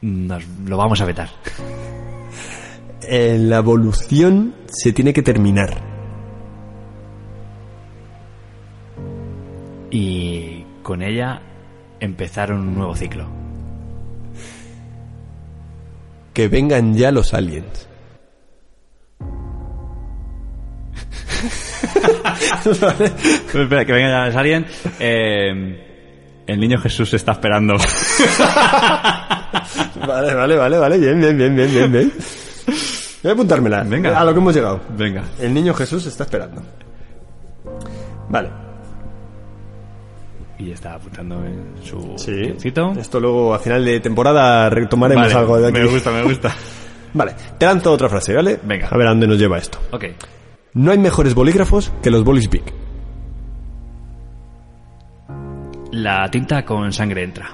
Speaker 1: nos lo vamos a vetar.
Speaker 2: Eh, la evolución se tiene que terminar.
Speaker 1: Y con ella empezar un nuevo ciclo.
Speaker 2: Que vengan ya los aliens.
Speaker 1: Espera, que venga ya alguien. Eh, el niño Jesús está esperando.
Speaker 2: Vale, vale, vale, vale. Bien, bien, bien, bien, bien, bien. Voy a apuntármela.
Speaker 1: Venga.
Speaker 2: A lo que hemos llegado.
Speaker 1: Venga.
Speaker 2: El niño Jesús está esperando. Vale.
Speaker 1: Y está apuntando en su
Speaker 2: Sí.
Speaker 1: guioncito.
Speaker 2: Esto luego a final de temporada retomaremos
Speaker 1: Vale,
Speaker 2: algo de aquí.
Speaker 1: Me gusta, me gusta.
Speaker 2: Vale. Te lanzo otra frase, ¿vale?
Speaker 1: Venga.
Speaker 2: A ver a dónde nos lleva esto.
Speaker 1: ok.
Speaker 2: No hay mejores bolígrafos que los bolis big.
Speaker 1: La tinta con sangre entra.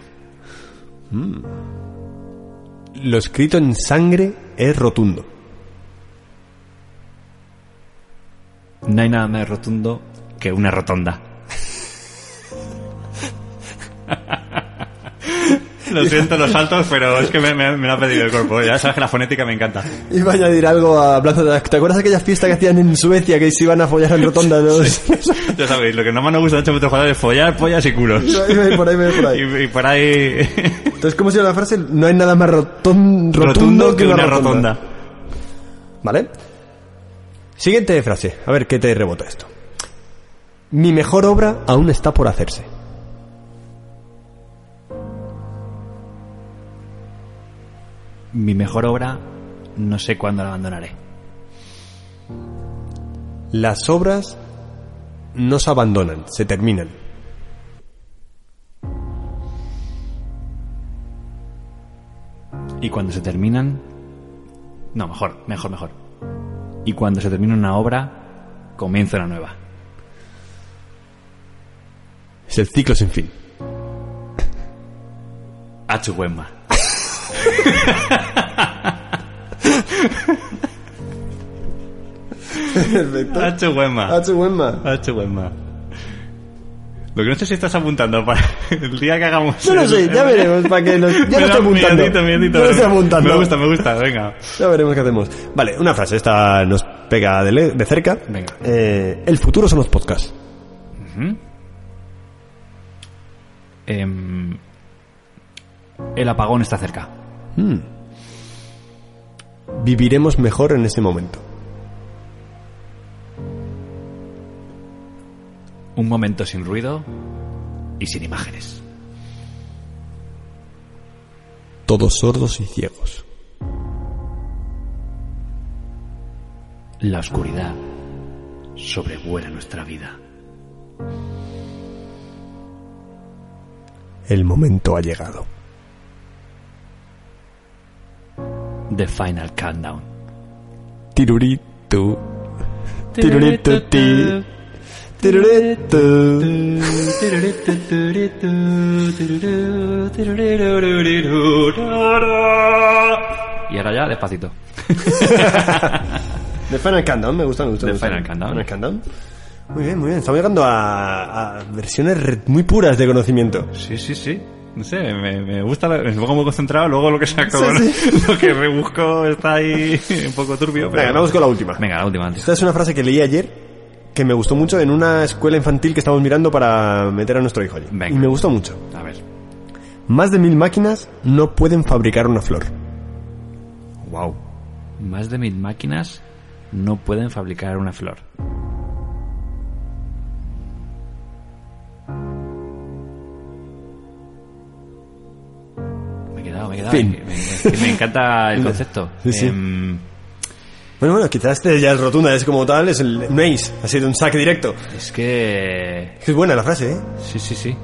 Speaker 2: Lo escrito en sangre es rotundo.
Speaker 1: No hay nada más rotundo que una rotonda.
Speaker 5: Lo siento los saltos, pero es que me, me- me lo ha pedido el cuerpo. Ya sabes que la fonética me encanta.
Speaker 2: Iba a añadir algo hablando de... ¿Te acuerdas de aquella fiesta que hacían en Suecia que se iban a follar en rotonda? ¿no?
Speaker 5: Ya sabéis, lo que no más nos gusta de 8 metros cuadrados es follar, pollas y culos.
Speaker 2: Iba a ir por ahí, iba a ir por ahí.
Speaker 5: Y, y por ahí...
Speaker 2: Entonces, ¿cómo se llama la frase? No hay nada más roton- rotundo,
Speaker 5: rotundo que una
Speaker 2: rotonda.
Speaker 5: rotonda.
Speaker 2: ¿Vale? Siguiente frase. A ver qué te rebota esto. Mi mejor obra aún está por hacerse.
Speaker 5: Mi mejor obra, no sé cuándo la abandonaré.
Speaker 2: Las obras no se abandonan, se terminan.
Speaker 5: Y cuando se terminan... No, mejor, mejor, mejor. Y cuando se termina una obra, comienza una nueva.
Speaker 2: Es el ciclo sin fin.
Speaker 5: Achu Wenma.
Speaker 2: Perfecto.
Speaker 5: Achu
Speaker 1: Ah,
Speaker 5: Wenma. Achu Wenma. Lo que no sé si estás apuntando para el día que hagamos...
Speaker 2: Yo no
Speaker 5: el-
Speaker 2: sé, ya veremos, para que nos- ya
Speaker 5: Me
Speaker 2: lo
Speaker 5: da
Speaker 2: estoy apuntando.
Speaker 5: miedito, miedito.
Speaker 2: Yo lo estoy apuntando.
Speaker 5: Me gusta, me gusta, venga.
Speaker 2: Ya veremos qué hacemos. Vale, una frase. Esta nos pega de, le- de cerca.
Speaker 5: Venga.
Speaker 2: Eh, el futuro son los podcasts.
Speaker 5: Em, el apagón está cerca.
Speaker 2: Viviremos mejor en este momento.
Speaker 5: Un momento sin ruido y sin imágenes.
Speaker 2: Todos sordos y ciegos.
Speaker 5: La oscuridad sobrevuela nuestra vida.
Speaker 2: El momento ha llegado.
Speaker 5: The Final Countdown.
Speaker 2: Tiruritu. Tiruritu ti. Tiruritu.
Speaker 5: Y ahora ya, despacito.
Speaker 2: The Final Countdown, me gusta, me gusta. me
Speaker 5: The
Speaker 2: gusta.
Speaker 5: Final Countdown.
Speaker 2: Final Countdown. Muy bien, muy bien. Estamos llegando a, a versiones re- muy puras de conocimiento.
Speaker 5: Sí, sí, sí. No sé, me, me gusta, la- me pongo muy concentrado, luego lo que saco,
Speaker 2: Sí,
Speaker 5: lo que rebusco está ahí un poco turbio. Pero...
Speaker 2: Venga, vamos con la última.
Speaker 5: Venga, la última antes.
Speaker 2: Esta es una frase que leí ayer que me gustó mucho en una escuela infantil que estamos mirando para meter a nuestro hijo allí.
Speaker 5: Venga.
Speaker 2: Y me gustó mucho.
Speaker 5: A ver.
Speaker 2: Más de mil máquinas no pueden fabricar una flor.
Speaker 5: Wow. Más de mil máquinas no pueden fabricar una flor. Me he quedado, me he quedado.
Speaker 2: Fin.
Speaker 5: Me, me- me encanta el concepto.
Speaker 2: Sí, sí.
Speaker 5: Em,
Speaker 2: Bueno, bueno, quizás este ya es rotunda, es como tal, es el un ace, ha sido un saque directo.
Speaker 5: es que.
Speaker 2: Es buena la frase, ¿eh?
Speaker 5: Sí, sí, sí.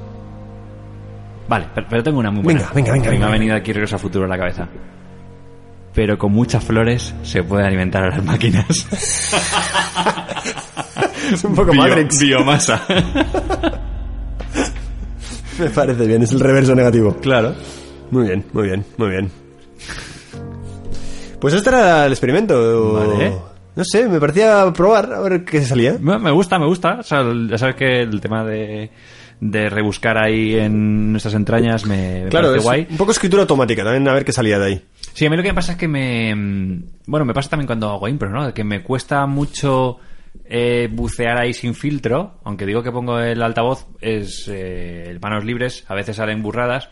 Speaker 5: Vale, pero, pero tengo una muy buena.
Speaker 2: Venga, venga, venga,
Speaker 5: Que Me
Speaker 2: venga.
Speaker 5: ha venido aquí Regreso a Futuro a la cabeza. Pero con muchas flores se puede alimentar a las máquinas.
Speaker 2: Es un poco
Speaker 5: Bio-
Speaker 2: Matrix.
Speaker 5: Biomasa.
Speaker 2: Me parece bien, es el reverso negativo. Claro. Muy bien, muy bien, muy bien. Pues este era el experimento.
Speaker 5: Vale.
Speaker 2: No sé, me parecía probar a ver qué salía.
Speaker 5: Me me gusta, me gusta. O sea, el- ya sabes que el tema de, de rebuscar ahí en nuestras entrañas me, me
Speaker 2: Claro,
Speaker 5: parece
Speaker 2: es
Speaker 5: guay.
Speaker 2: un poco escritura automática también, a ver qué salía de ahí.
Speaker 5: Sí, a mí lo que me pasa es que me... mm, Bueno, me pasa también cuando hago impro, ¿no? Que me cuesta mucho eh, bucear ahí sin filtro. Aunque digo que pongo el altavoz, es eh, manos libres, a veces salen burradas.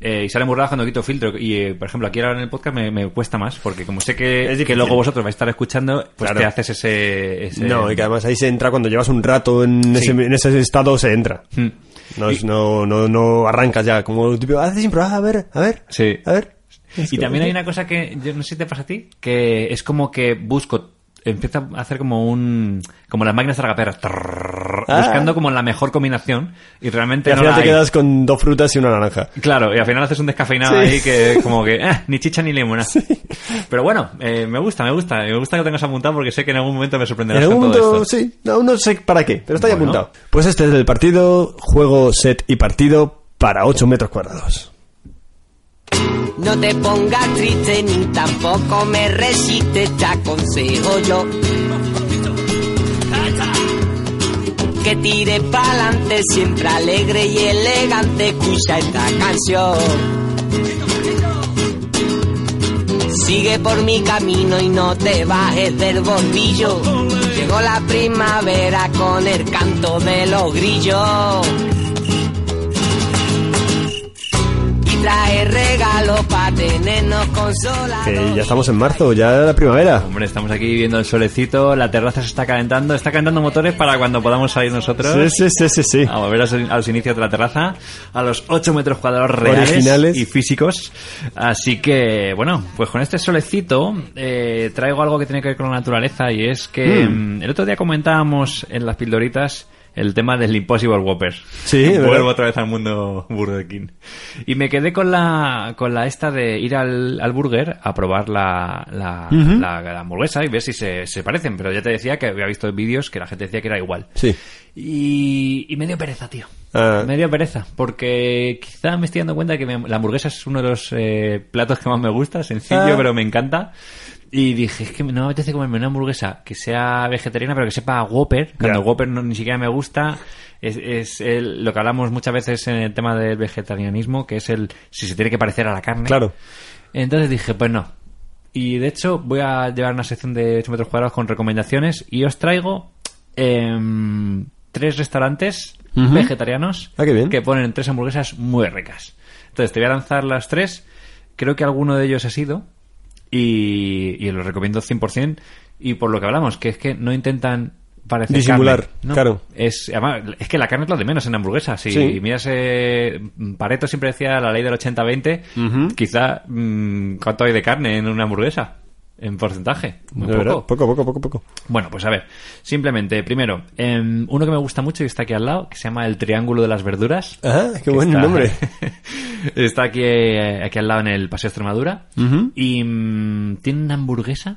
Speaker 5: eh, y salen burradas cuando quito filtro. Y, eh, por ejemplo, aquí ahora en el podcast me, me cuesta más, porque como sé que,
Speaker 2: Es difícil.
Speaker 5: que luego vosotros vais a estar escuchando, pues
Speaker 2: Claro.
Speaker 5: te haces ese... ese-
Speaker 2: No, y que además ahí se entra cuando llevas un rato en, ese, en ese estado, se entra.
Speaker 5: Mm.
Speaker 2: No, es- no, no, no arrancas ya como el típico, haces impro, ah, a ver, a ver,
Speaker 5: Sí.
Speaker 2: a ver.
Speaker 5: Y también hay una cosa que yo no sé si te pasa a ti, que es como que busco, empieza a hacer como un. como las máquinas tragaperras, trrrr,
Speaker 2: Ah.
Speaker 5: buscando como la mejor combinación y realmente
Speaker 2: Y al
Speaker 5: no
Speaker 2: final te
Speaker 5: la hay.
Speaker 2: quedas con dos frutas y una naranja.
Speaker 5: Claro, y al final haces un descafeinado
Speaker 2: Sí.
Speaker 5: ahí que como que ah, ni chicha ni limona. Pero bueno, eh, me gusta, me gusta. Me gusta que tengas apuntado porque sé que en algún momento me
Speaker 2: En
Speaker 5: sorprenderás
Speaker 2: algún
Speaker 5: con todo
Speaker 2: momento,
Speaker 5: esto.
Speaker 2: sí, aún no sé para qué, pero está ahí
Speaker 5: Bueno.
Speaker 2: apuntado. Pues este es el partido, juego, set y partido para 8 metros cuadrados.
Speaker 6: No te pongas triste ni tampoco me resistes, te aconsejo yo. Que tires pa'lante, siempre alegre y elegante, escucha esta canción. Sigue por mi camino y no te bajes del bordillo. Llegó la primavera con el canto de los grillos. Y trae regalo para tenernos consolados.
Speaker 2: Que ya estamos en marzo, ya la primavera.
Speaker 5: Hombre, estamos aquí viendo el solecito, la terraza se está calentando, está calentando motores para cuando podamos salir nosotros.
Speaker 2: Sí, sí, sí, sí, sí.
Speaker 5: A volver a los, a los inicios de la terraza, a los 8 metros cuadrados reales
Speaker 2: Originales.
Speaker 5: y físicos. Así que, bueno, pues con este solecito eh, traigo algo que tiene que ver con la naturaleza y es que mm, el otro día comentábamos en las pildoritas el tema del Impossible Whopper.
Speaker 2: Sí,
Speaker 5: Vuelvo
Speaker 2: ¿verdad?
Speaker 5: otra vez al mundo Burger King. Y me quedé con la, con la esta de ir al, al burger a probar la, la, la- la hamburguesa y ver si se, se parecen. Pero ya te decía que había visto vídeos que la gente decía que era igual.
Speaker 2: Sí.
Speaker 5: Y, y me dio pereza, tío.
Speaker 2: Ah.
Speaker 5: Me dio pereza, porque quizá me estoy dando cuenta que me- la hamburguesa es uno de los eh, platos que más me gusta, sencillo,
Speaker 2: Ah.
Speaker 5: pero me encanta. Y dije, es que no me apetece comerme una hamburguesa que sea vegetariana, pero que sepa a Whopper, cuando
Speaker 2: Ya.
Speaker 5: Whopper no- ni siquiera me gusta. Es, es el- lo que hablamos muchas veces en el tema del vegetarianismo, que es el si se tiene que parecer a la carne.
Speaker 2: Claro.
Speaker 5: Entonces dije, pues no. Y de hecho, voy a llevar una sección de 8 metros cuadrados con recomendaciones y os traigo em, tres restaurantes vegetarianos
Speaker 2: Ah, qué bien.
Speaker 5: que ponen tres hamburguesas muy ricas. Entonces, te voy a lanzar las tres. Creo que alguno de ellos ha sido y, y lo recomiendo 100%. Y por lo que hablamos, que es que no intentan parecer
Speaker 2: Disimular,
Speaker 5: carne. No,
Speaker 2: claro.
Speaker 5: es, además, es que la carne es lo de menos en hamburguesas. Si
Speaker 2: Sí.
Speaker 5: miras, eh, Pareto siempre decía la ley del 80-20, quizá mm, cuánto hay de carne en una hamburguesa en porcentaje. Muy
Speaker 2: De verdad,
Speaker 5: poco.
Speaker 2: poco, poco, poco, poco.
Speaker 5: Bueno, pues a ver, simplemente, primero, em, uno que me gusta mucho y está aquí al lado, que se llama el Triángulo de las Verduras.
Speaker 2: Ah, qué
Speaker 5: que
Speaker 2: buen
Speaker 5: está-
Speaker 2: nombre.
Speaker 5: está aquí, eh, aquí al lado en el Paseo Extremadura. Y mm, tiene una hamburguesa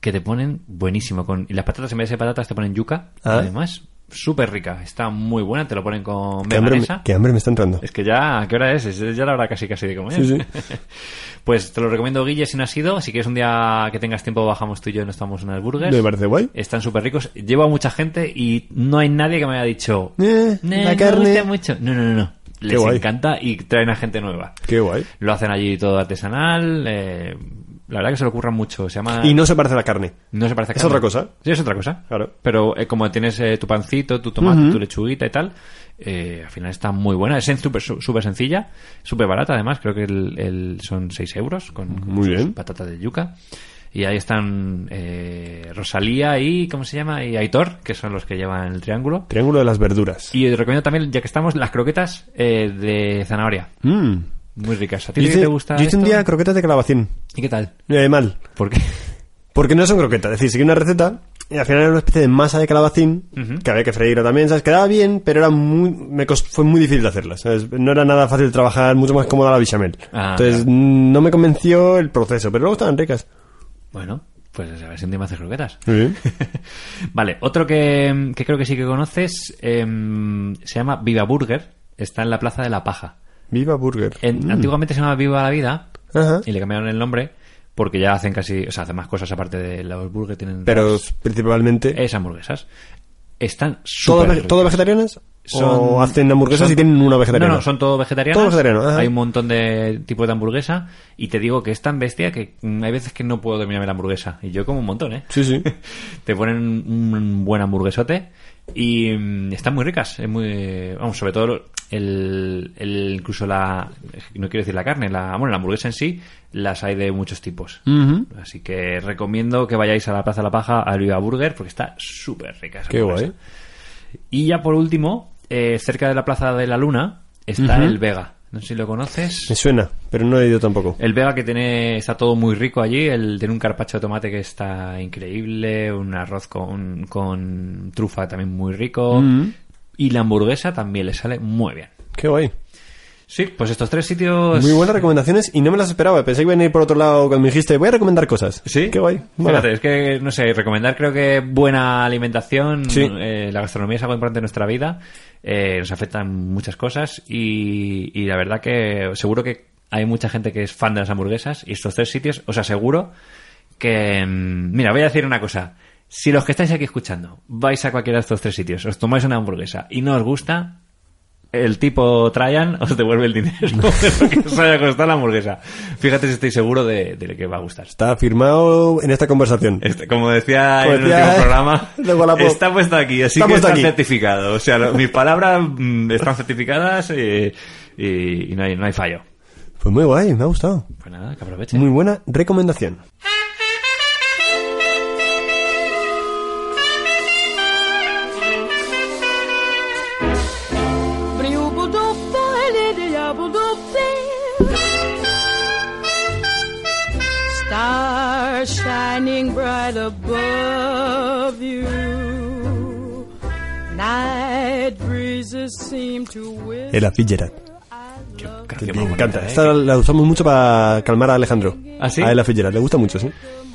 Speaker 5: que te ponen buenísimo. Con, y las patatas, en vez de ser patatas, te ponen yuca.
Speaker 2: Ah.
Speaker 5: Además, súper rica. Está muy buena, te lo ponen con
Speaker 2: Qué hambre, me,
Speaker 5: meganesa.
Speaker 2: qué hambre me está entrando.
Speaker 5: Es que ya, ¿qué hora es? Es ya la hora casi casi de comer.
Speaker 2: Sí,
Speaker 5: pues te lo recomiendo, Guille, si no has ido. Si quieres un día que tengas tiempo, bajamos tú y yo y nos tomamos unas burgers.
Speaker 2: Me parece guay.
Speaker 5: Están súper ricos. Llevo a mucha gente y no hay nadie que me haya dicho...
Speaker 2: Eh,
Speaker 5: "No,
Speaker 2: la
Speaker 5: no me
Speaker 2: carne".
Speaker 5: gusta mucho. No, no, no, no. Les
Speaker 2: guay.
Speaker 5: encanta y traen a gente nueva.
Speaker 2: Qué guay.
Speaker 5: Lo hacen allí todo artesanal. eh, la verdad que se lo curran mucho. Se llama...
Speaker 2: Y no se parece a la carne.
Speaker 5: No se parece a
Speaker 2: Es
Speaker 5: carne.
Speaker 2: otra cosa.
Speaker 5: Sí, es otra cosa.
Speaker 2: Claro.
Speaker 5: Pero eh, como tienes eh, tu pancito, tu tomate, tu lechuguita y tal, eh, al final está muy buena. Es en- súper su- súper sencilla, súper barata además. Creo que el, el- son 6 euros con, con
Speaker 2: Muy
Speaker 5: sus
Speaker 2: bien.
Speaker 5: patatas de yuca. Y ahí están eh, Rosalía y, ¿cómo se llama? Y Aitor, que son los que llevan el triángulo.
Speaker 2: Triángulo de las verduras.
Speaker 5: Y os recomiendo también, ya que estamos, las croquetas eh, de zanahoria.
Speaker 2: Mm.
Speaker 5: Muy ricas. ¿A ti
Speaker 2: Yo hice,
Speaker 5: te gusta
Speaker 2: yo hice un
Speaker 5: esto?
Speaker 2: día croquetas de calabacín.
Speaker 5: ¿Y qué tal?
Speaker 2: Eh, mal.
Speaker 5: ¿Por qué?
Speaker 2: Porque no son croquetas. Es decir, seguí una receta y al final era una especie de masa de calabacín que había que freírla también. ¿sabes? Quedaba bien, pero era muy, me cos- fue muy difícil de hacerlas. ¿sabes? No era nada fácil trabajar, mucho más cómoda la bichamel.
Speaker 5: Ah,
Speaker 2: Entonces no me convenció el proceso, pero luego estaban ricas.
Speaker 5: Bueno, pues a ver si un día me haces croquetas.
Speaker 2: Sí.
Speaker 5: vale, otro que, que creo que sí que conoces eh, se llama Viva Burger. Está en la Plaza de la Paja.
Speaker 2: Viva Burger. Mm.
Speaker 5: En- Antiguamente se llamaba Viva la Vida
Speaker 2: Ajá.
Speaker 5: y le cambiaron el nombre porque ya hacen casi, o sea, hacen más cosas aparte de los burgers. Tienen
Speaker 2: Pero principalmente...
Speaker 5: es hamburguesas. Están
Speaker 2: ¿Todo,
Speaker 5: súper
Speaker 2: ve- todo vegetarianas? ¿O
Speaker 5: son-
Speaker 2: hacen hamburguesas
Speaker 5: son-
Speaker 2: y tienen una vegetariana?
Speaker 5: No, no, son todo vegetarianas.
Speaker 2: Todo vegetariano, ajá.
Speaker 5: Hay un montón de tipos de hamburguesa. Y te digo que es tan bestia que mm, hay veces que no puedo terminarme la hamburguesa. Y yo como un montón, ¿eh?
Speaker 2: Sí, sí.
Speaker 5: te ponen un buen hamburguesote y mm, están muy ricas. Es muy, vamos, sobre todo el, el- incluso la, no quiero decir la carne, la, bueno, la hamburguesa en sí, las hay de muchos tipos. Así que recomiendo que vayáis a la Plaza de la Paja a Viva Burger porque está súper rica. esa
Speaker 2: Qué
Speaker 5: hamburguesa.
Speaker 2: guay.
Speaker 5: Y ya por último, eh, cerca de la Plaza de la Luna está el Vega. No sé si lo conoces.
Speaker 2: Me suena, pero no he ido tampoco.
Speaker 5: El Vega que tiene está todo muy rico allí, el, tiene un carpacho de tomate que está increíble, un arroz con, con trufa también muy rico y la hamburguesa también le sale muy bien.
Speaker 2: Qué guay.
Speaker 5: Sí, pues estos tres sitios...
Speaker 2: Muy buenas recomendaciones y no me las esperaba. Pensé que iban a ir por otro lado cuando me dijiste, voy a recomendar cosas.
Speaker 5: Sí,
Speaker 2: Qué guay. Mola.
Speaker 5: Fíjate, es que, no sé, recomendar creo que buena alimentación,
Speaker 2: Sí.
Speaker 5: eh, la gastronomía es algo importante en nuestra vida, eh, nos afectan muchas cosas y, y la verdad que seguro que hay mucha gente que es fan de las hamburguesas y estos tres sitios, os aseguro que... mm, Mira, voy a decir una cosa. Si los que estáis aquí escuchando vais a cualquiera de estos tres sitios, os tomáis una hamburguesa y no os gusta, el tipo Traian os devuelve el dinero de lo que os haya costado la hamburguesa. Fíjate si estoy seguro de, de que va a gustar.
Speaker 2: Está firmado en esta conversación.
Speaker 5: Este, como decía
Speaker 2: Como
Speaker 5: en el
Speaker 2: decía,
Speaker 5: último programa,
Speaker 2: de Wallapop.
Speaker 5: está puesto aquí, así
Speaker 2: Está
Speaker 5: que
Speaker 2: puesto
Speaker 5: está
Speaker 2: aquí.
Speaker 5: certificado. O sea, lo- mis palabras mm, están certificadas eh, y, y no, hay, no hay fallo.
Speaker 2: Pues muy guay, me ha gustado.
Speaker 5: Pues nada, que aprovechen.
Speaker 2: Muy buena recomendación.
Speaker 7: Stars shining bright above you. Night breezes seem to whisper.
Speaker 2: El Fitzgerald.
Speaker 5: Creo
Speaker 2: Que
Speaker 5: que
Speaker 2: me
Speaker 5: muy
Speaker 2: encanta.
Speaker 5: bonita, ¿eh?
Speaker 2: Esta la usamos mucho para calmar a Alejandro.
Speaker 5: ¿Ah, sí?
Speaker 2: A Ella Fitzgerald. Le gusta mucho, sí.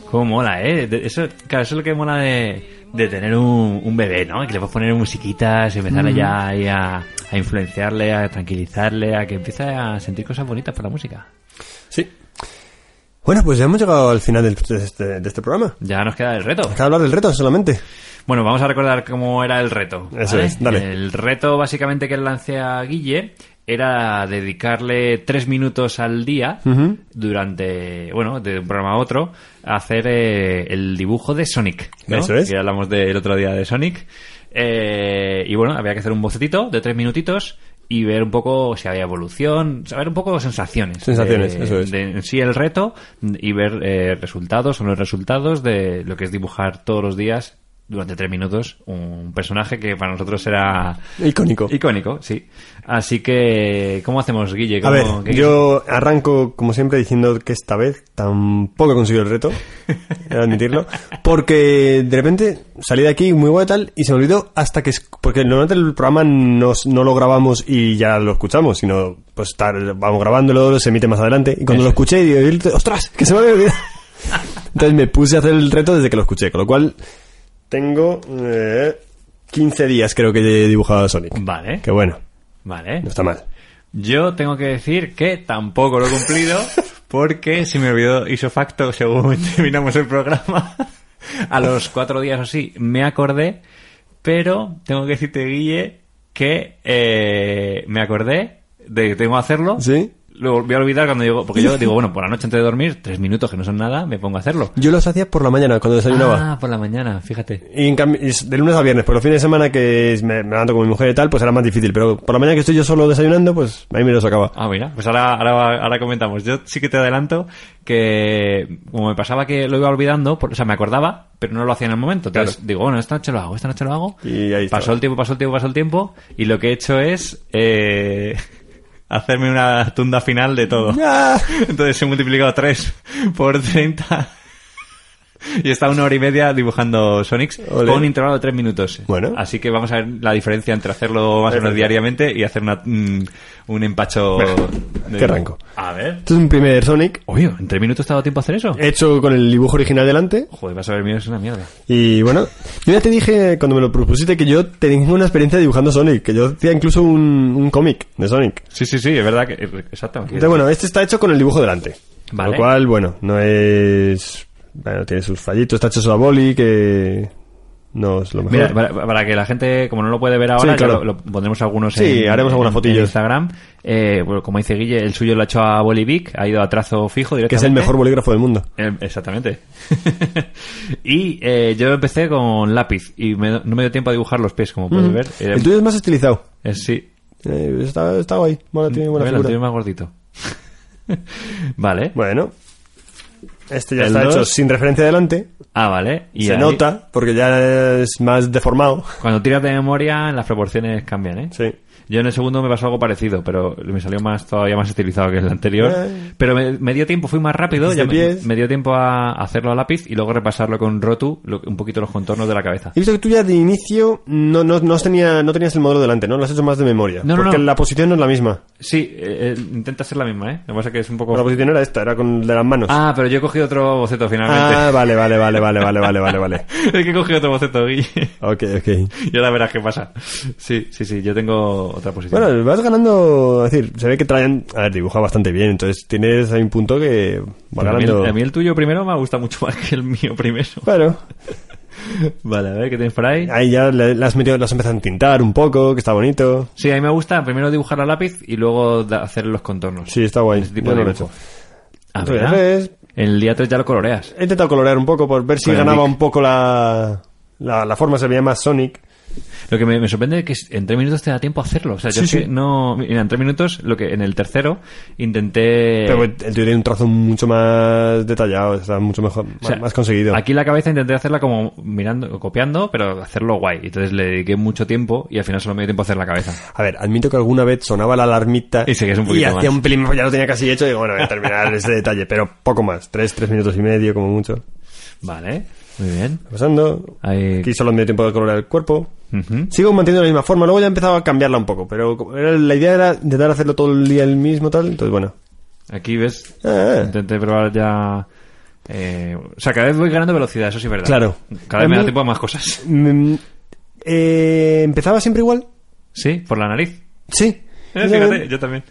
Speaker 5: Cómo mola, ¿eh? De- Eso, claro, eso es lo que mola de, de tener un, un bebé, ¿no? Que le puedes poner musiquitas, empezar
Speaker 2: Mm.
Speaker 5: ya ahí a, a influenciarle, a tranquilizarle, a que empiece a sentir cosas bonitas por la música.
Speaker 2: Sí. Bueno, pues ya hemos llegado al final del- de este, de este programa.
Speaker 5: Ya nos queda el reto.
Speaker 2: Acaba de hablar del reto solamente.
Speaker 5: Bueno, vamos a recordar cómo era el reto.
Speaker 2: Eso es, dale.
Speaker 5: El reto básicamente que lancé a Guille era dedicarle tres minutos al día durante, bueno, de un programa a otro, a hacer eh, el dibujo de Sonic. ¿no?
Speaker 2: Eso es.
Speaker 5: Que hablamos del otro día de Sonic. Eh, y bueno, había que hacer un bocetito de tres minutitos y ver un poco si había evolución, saber un poco sensaciones.
Speaker 2: Sensaciones,
Speaker 5: de-
Speaker 2: eso es.
Speaker 5: de en sí el reto y ver eh, resultados o los resultados de lo que es dibujar todos los días durante tres minutos un personaje que para nosotros era
Speaker 2: Icónico.
Speaker 5: icónico, sí. Así que, ¿cómo hacemos, Guille?
Speaker 2: A
Speaker 5: ¿Cómo-
Speaker 2: ver,
Speaker 5: qué-
Speaker 2: yo arranco, como siempre, diciendo que esta vez tampoco he conseguido el reto, he de admitirlo, porque de repente salí de aquí muy guay tal y se me olvidó hasta que... es- Porque normalmente el programa nos, no lo grabamos y ya lo escuchamos, sino pues tar- vamos grabándolo, se emite más adelante, y cuando
Speaker 5: Eso
Speaker 2: lo escuché digo, ¡ostras! ¡Que se me había olvidado! Entonces me puse a hacer el reto desde que lo escuché, con lo cual tengo eh, 15 días creo que he dibujado a Sonic.
Speaker 5: Vale,
Speaker 2: Que bueno,
Speaker 5: vale.
Speaker 2: no está mal.
Speaker 5: Yo tengo que decir que tampoco lo he cumplido porque se me olvidó isofacto según terminamos el programa. A los cuatro días o así me acordé, pero tengo que decirte, Guille, que eh, me acordé de que tengo que hacerlo.
Speaker 2: ¿Sí?
Speaker 5: Lo voy a olvidar cuando llego, porque yo digo, bueno, por la noche antes de dormir, tres minutos que no son nada, me pongo a hacerlo.
Speaker 2: Yo los hacía por la mañana, cuando desayunaba.
Speaker 5: Ah, por la mañana, fíjate.
Speaker 2: Y en cambio, es de lunes a viernes, por los fines de semana que es- me, me levanto con mi mujer y tal, pues era más difícil. Pero por la mañana que estoy yo solo desayunando, pues ahí me los acaba.
Speaker 5: Ah, mira, pues ahora, ahora, ahora comentamos. Yo sí que te adelanto que, como me pasaba que lo iba olvidando, por- o sea, me acordaba, pero no lo hacía en el momento. Entonces digo, bueno, esta noche lo hago, esta noche lo hago.
Speaker 2: Y ahí
Speaker 5: pasó
Speaker 2: estaba.
Speaker 5: el tiempo, pasó el tiempo, pasó el tiempo, y lo que he hecho es eh, hacerme una tunda final de todo.
Speaker 2: ¡Ah!
Speaker 5: Entonces he multiplicado 3 por 30. Y está una hora y media dibujando Sonics
Speaker 2: Ole.
Speaker 5: con un intervalo de 3 minutos.
Speaker 2: Bueno.
Speaker 5: Así que vamos a ver la diferencia entre hacerlo más o menos diariamente y hacer una, mm, un empacho. de-
Speaker 2: qué rango.
Speaker 5: A ver.
Speaker 2: Esto es un primer Sonic,
Speaker 5: Oye, ¿en 3 minutos te ha dado tiempo a hacer eso?
Speaker 2: hecho con el dibujo original delante.
Speaker 5: Joder, Pues vas a ver, mío, es una mierda.
Speaker 2: Y bueno, yo ya te dije cuando me lo propusiste que yo tengo una experiencia dibujando Sonic, que yo hacía incluso un, un cómic de Sonic.
Speaker 5: Sí, sí, sí, es verdad que. Exacto.
Speaker 2: Entonces, bueno, este está hecho con el dibujo delante.
Speaker 5: Vale.
Speaker 2: Lo cual, bueno, no es. Bueno, tiene sus fallitos, está hecho solo a boli, que. No es lo mejor.
Speaker 5: Pues Mira, para, para que la gente, como no lo puede ver ahora,
Speaker 2: Sí, claro.
Speaker 5: ya lo, lo pondremos algunos
Speaker 2: Sí,
Speaker 5: en,
Speaker 2: haremos algunas
Speaker 5: en-
Speaker 2: fotillos.
Speaker 5: en Instagram. Eh, bueno, como dice Guille, el suyo lo ha hecho a Bolivic, ha ido a trazo fijo
Speaker 2: que es el
Speaker 5: directamente.
Speaker 2: mejor bolígrafo del mundo.
Speaker 5: Eh, Exactamente. y eh, yo empecé con lápiz y me- no me dio tiempo a dibujar los pies, como puedes ver. Era-
Speaker 2: Mm. El tuyo es más estilizado.
Speaker 5: eh, sí,
Speaker 2: Eh, está, está guay. Mola, tiene buena
Speaker 5: Mira, el
Speaker 2: figura.
Speaker 5: tuyo es más gordito. vale.
Speaker 2: Bueno. Este ya
Speaker 5: El
Speaker 2: está
Speaker 5: dos.
Speaker 2: hecho sin referencia adelante.
Speaker 5: Ah, vale. Y
Speaker 2: se
Speaker 5: ahí,
Speaker 2: nota, porque ya es más deformado.
Speaker 5: Cuando tiras de memoria, las proporciones cambian, ¿eh?
Speaker 2: Sí.
Speaker 5: Yo en el segundo me pasó algo parecido, pero me salió más todavía más estilizado que el anterior.
Speaker 2: Eh.
Speaker 5: Pero me, me dio tiempo, fui más rápido,
Speaker 2: Este
Speaker 5: ya me,
Speaker 2: pies.
Speaker 5: me dio tiempo a hacerlo a lápiz y luego repasarlo con Rotu, lo- un poquito los contornos de la cabeza.
Speaker 2: He visto que tú ya de inicio no, no, no, tenía, no tenías el modelo delante, ¿no? Lo has hecho más de memoria.
Speaker 5: No, no,
Speaker 2: porque
Speaker 5: no.
Speaker 2: la posición no es la misma.
Speaker 5: Sí, eh, eh, intenta ser la misma, ¿eh? Lo que pasa es que es un poco...
Speaker 2: La posición era esta, era con el de las manos.
Speaker 5: Ah, pero yo he cogido otro boceto finalmente.
Speaker 2: Ah, vale, vale, vale, vale, vale, vale, vale, vale.
Speaker 5: es que he cogido otro boceto, Guille.
Speaker 2: Ok, ok.
Speaker 5: Y ahora verás qué pasa. Sí, sí, sí, yo tengo otra posición.
Speaker 2: Bueno, vas ganando, es decir, se ve que traen, a ver, dibuja bastante bien, entonces tienes ahí un punto que va
Speaker 5: Pero a, mí, el-
Speaker 2: ganando.
Speaker 5: a mí el tuyo primero me gusta mucho más que el mío primero.
Speaker 2: Claro.
Speaker 5: Vale, a ver, ¿qué tienes por ahí?
Speaker 2: Ahí ya le- las metido, las empezado a tintar un poco, que está bonito.
Speaker 5: Sí, a mí me gusta primero dibujar a lápiz y luego da- hacer los contornos.
Speaker 2: Sí, está guay.
Speaker 5: Ese tipo
Speaker 2: Yo
Speaker 5: de
Speaker 2: no lo he
Speaker 5: dibujo.
Speaker 2: hecho.
Speaker 5: Ah,
Speaker 2: Entonces,
Speaker 5: ¿verdad?
Speaker 2: es-
Speaker 5: El día 3 ya lo coloreas.
Speaker 2: He intentado colorear un poco por ver si
Speaker 5: Con el
Speaker 2: ganaba
Speaker 5: Nick.
Speaker 2: un poco la, la, la forma, se veía más Sonic.
Speaker 5: Lo que me, me sorprende es que en tres minutos te da tiempo a hacerlo. O sea, yo
Speaker 2: Sí,
Speaker 5: es que
Speaker 2: sí.
Speaker 5: no. Mira, en tres minutos, lo que en el tercero intenté.
Speaker 2: Pero el tuyo tiene un trazo mucho más detallado, está mucho mejor,
Speaker 5: o sea,
Speaker 2: más, más conseguido.
Speaker 5: Aquí la cabeza intenté hacerla como mirando, copiando, pero hacerlo guay. Entonces le dediqué mucho tiempo y al final solo me dio tiempo a hacer la cabeza.
Speaker 2: A ver, admito que alguna vez sonaba la alarmita
Speaker 5: Y seguías un poquito
Speaker 2: hacía
Speaker 5: más.
Speaker 2: un pelín, más, ya lo tenía casi hecho y digo, bueno, voy a terminar ese detalle, pero poco más, tres, tres minutos y medio como mucho.
Speaker 5: Vale, muy bien.
Speaker 2: Pasando,
Speaker 5: Ahí-
Speaker 2: aquí solo me dio tiempo de colorear el cuerpo.
Speaker 5: Ah, eh. Ujú.
Speaker 2: Sigo manteniendo la misma forma, luego ya he empezado a cambiarla un poco, pero como era- la idea era intentar hacerlo todo el día el mismo tal, entonces bueno.
Speaker 5: Aquí ves,
Speaker 2: Ah, ah.
Speaker 5: intenté probar ya. eh, o sea, cada vez voy ganando velocidad, eso sí es verdad.
Speaker 2: Claro.
Speaker 5: Cada vez
Speaker 2: A
Speaker 5: me da
Speaker 2: mí-
Speaker 5: tiempo a más cosas.
Speaker 2: Mm, eh, ¿Empezaba siempre igual?
Speaker 5: Sí, por la nariz.
Speaker 2: Sí.
Speaker 5: Eh, fíjate, yo también.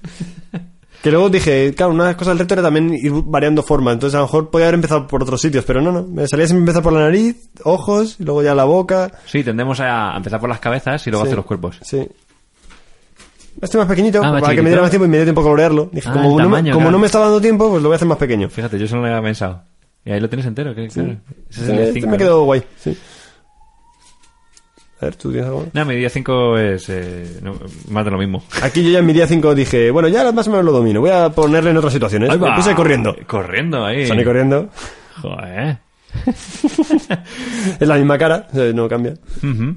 Speaker 2: Que luego dije, claro, una de las cosas del reto era también ir variando forma. Entonces a lo mejor podía haber empezado por otros sitios, pero no, no. Me salía siempre empezar por la nariz, ojos, y luego ya la boca.
Speaker 5: Sí, tendemos a empezar por las cabezas y luego
Speaker 2: Sí.
Speaker 5: hacer los cuerpos.
Speaker 2: Sí. Este más pequeñito,
Speaker 5: Ah, más
Speaker 2: para que me
Speaker 5: chiquitito.
Speaker 2: diera más tiempo y me dio tiempo a colorearlo. Dije,
Speaker 5: Ah,
Speaker 2: como,
Speaker 5: el
Speaker 2: no, me-
Speaker 5: tamaño,
Speaker 2: como
Speaker 5: claro.
Speaker 2: no me estaba dando tiempo, pues lo voy a hacer más pequeño.
Speaker 5: Fíjate, yo eso no lo había pensado. Y ahí lo tienes entero, que claro. Ese es el día
Speaker 2: Este
Speaker 5: cinco,
Speaker 2: me
Speaker 5: ¿no?
Speaker 2: quedó guay. Sí. A ver, ¿tú tienes algo?
Speaker 5: No, mi día 5 es eh, no, más de lo mismo.
Speaker 2: Aquí yo ya en mi día 5 dije, bueno, ya más o menos lo domino. Voy a ponerle en otras situaciones.
Speaker 5: Ahí va.
Speaker 2: Me puse corriendo.
Speaker 5: Corriendo ahí.
Speaker 2: Salí corriendo.
Speaker 5: Joder.
Speaker 2: Es la misma cara, o sea, no cambia.
Speaker 5: Ujú.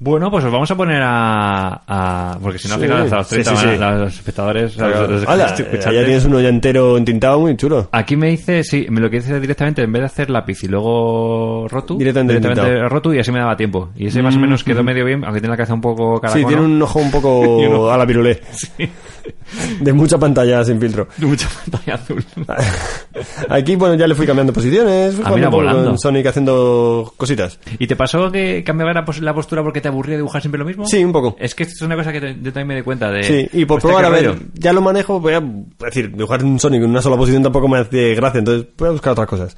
Speaker 5: Bueno, pues os vamos a poner a. a- porque si no, al
Speaker 2: Sí.
Speaker 5: final, hasta los
Speaker 2: Sí,
Speaker 5: 30
Speaker 2: sí,
Speaker 5: van a-
Speaker 2: sí.
Speaker 5: los espectadores. los- los-
Speaker 2: Hola,
Speaker 5: los
Speaker 2: eh,
Speaker 5: escuchantes.
Speaker 2: ya tienes uno ya entero entintado muy chulo.
Speaker 5: Aquí me dice, sí, me lo que dice directamente, en vez de hacer lápiz y luego rotu,
Speaker 2: Directamente pintado.
Speaker 5: rotu y así me daba tiempo. Y ese más o menos quedó medio bien, aunque tiene la cabeza un poco
Speaker 2: Mm, Sí,
Speaker 5: caracola.
Speaker 2: tiene un ojo un
Speaker 5: Y un ojo.
Speaker 2: poco a la pirulé. De mucha pantalla sin filtro.
Speaker 5: Mucha pantalla azul.
Speaker 2: Aquí, bueno, ya le fui cambiando posiciones. Fui
Speaker 5: Ah,
Speaker 2: jugando
Speaker 5: mira,
Speaker 2: un poco
Speaker 5: volando.
Speaker 2: con Sonic haciendo cositas.
Speaker 5: ¿Y te pasó que cambiaba la, pos- la postura porque te aburría dibujar siempre lo mismo?
Speaker 2: Sí, un poco.
Speaker 5: Es que esto es una cosa que te- yo también me di cuenta de... pues
Speaker 2: Sí, y por
Speaker 5: Hostia,
Speaker 2: probar,
Speaker 5: qué
Speaker 2: a ver,
Speaker 5: rollo.
Speaker 2: ya lo manejo, voy a es decir, dibujar un Sonic en una sola posición tampoco me hace gracia, entonces voy a buscar otras cosas.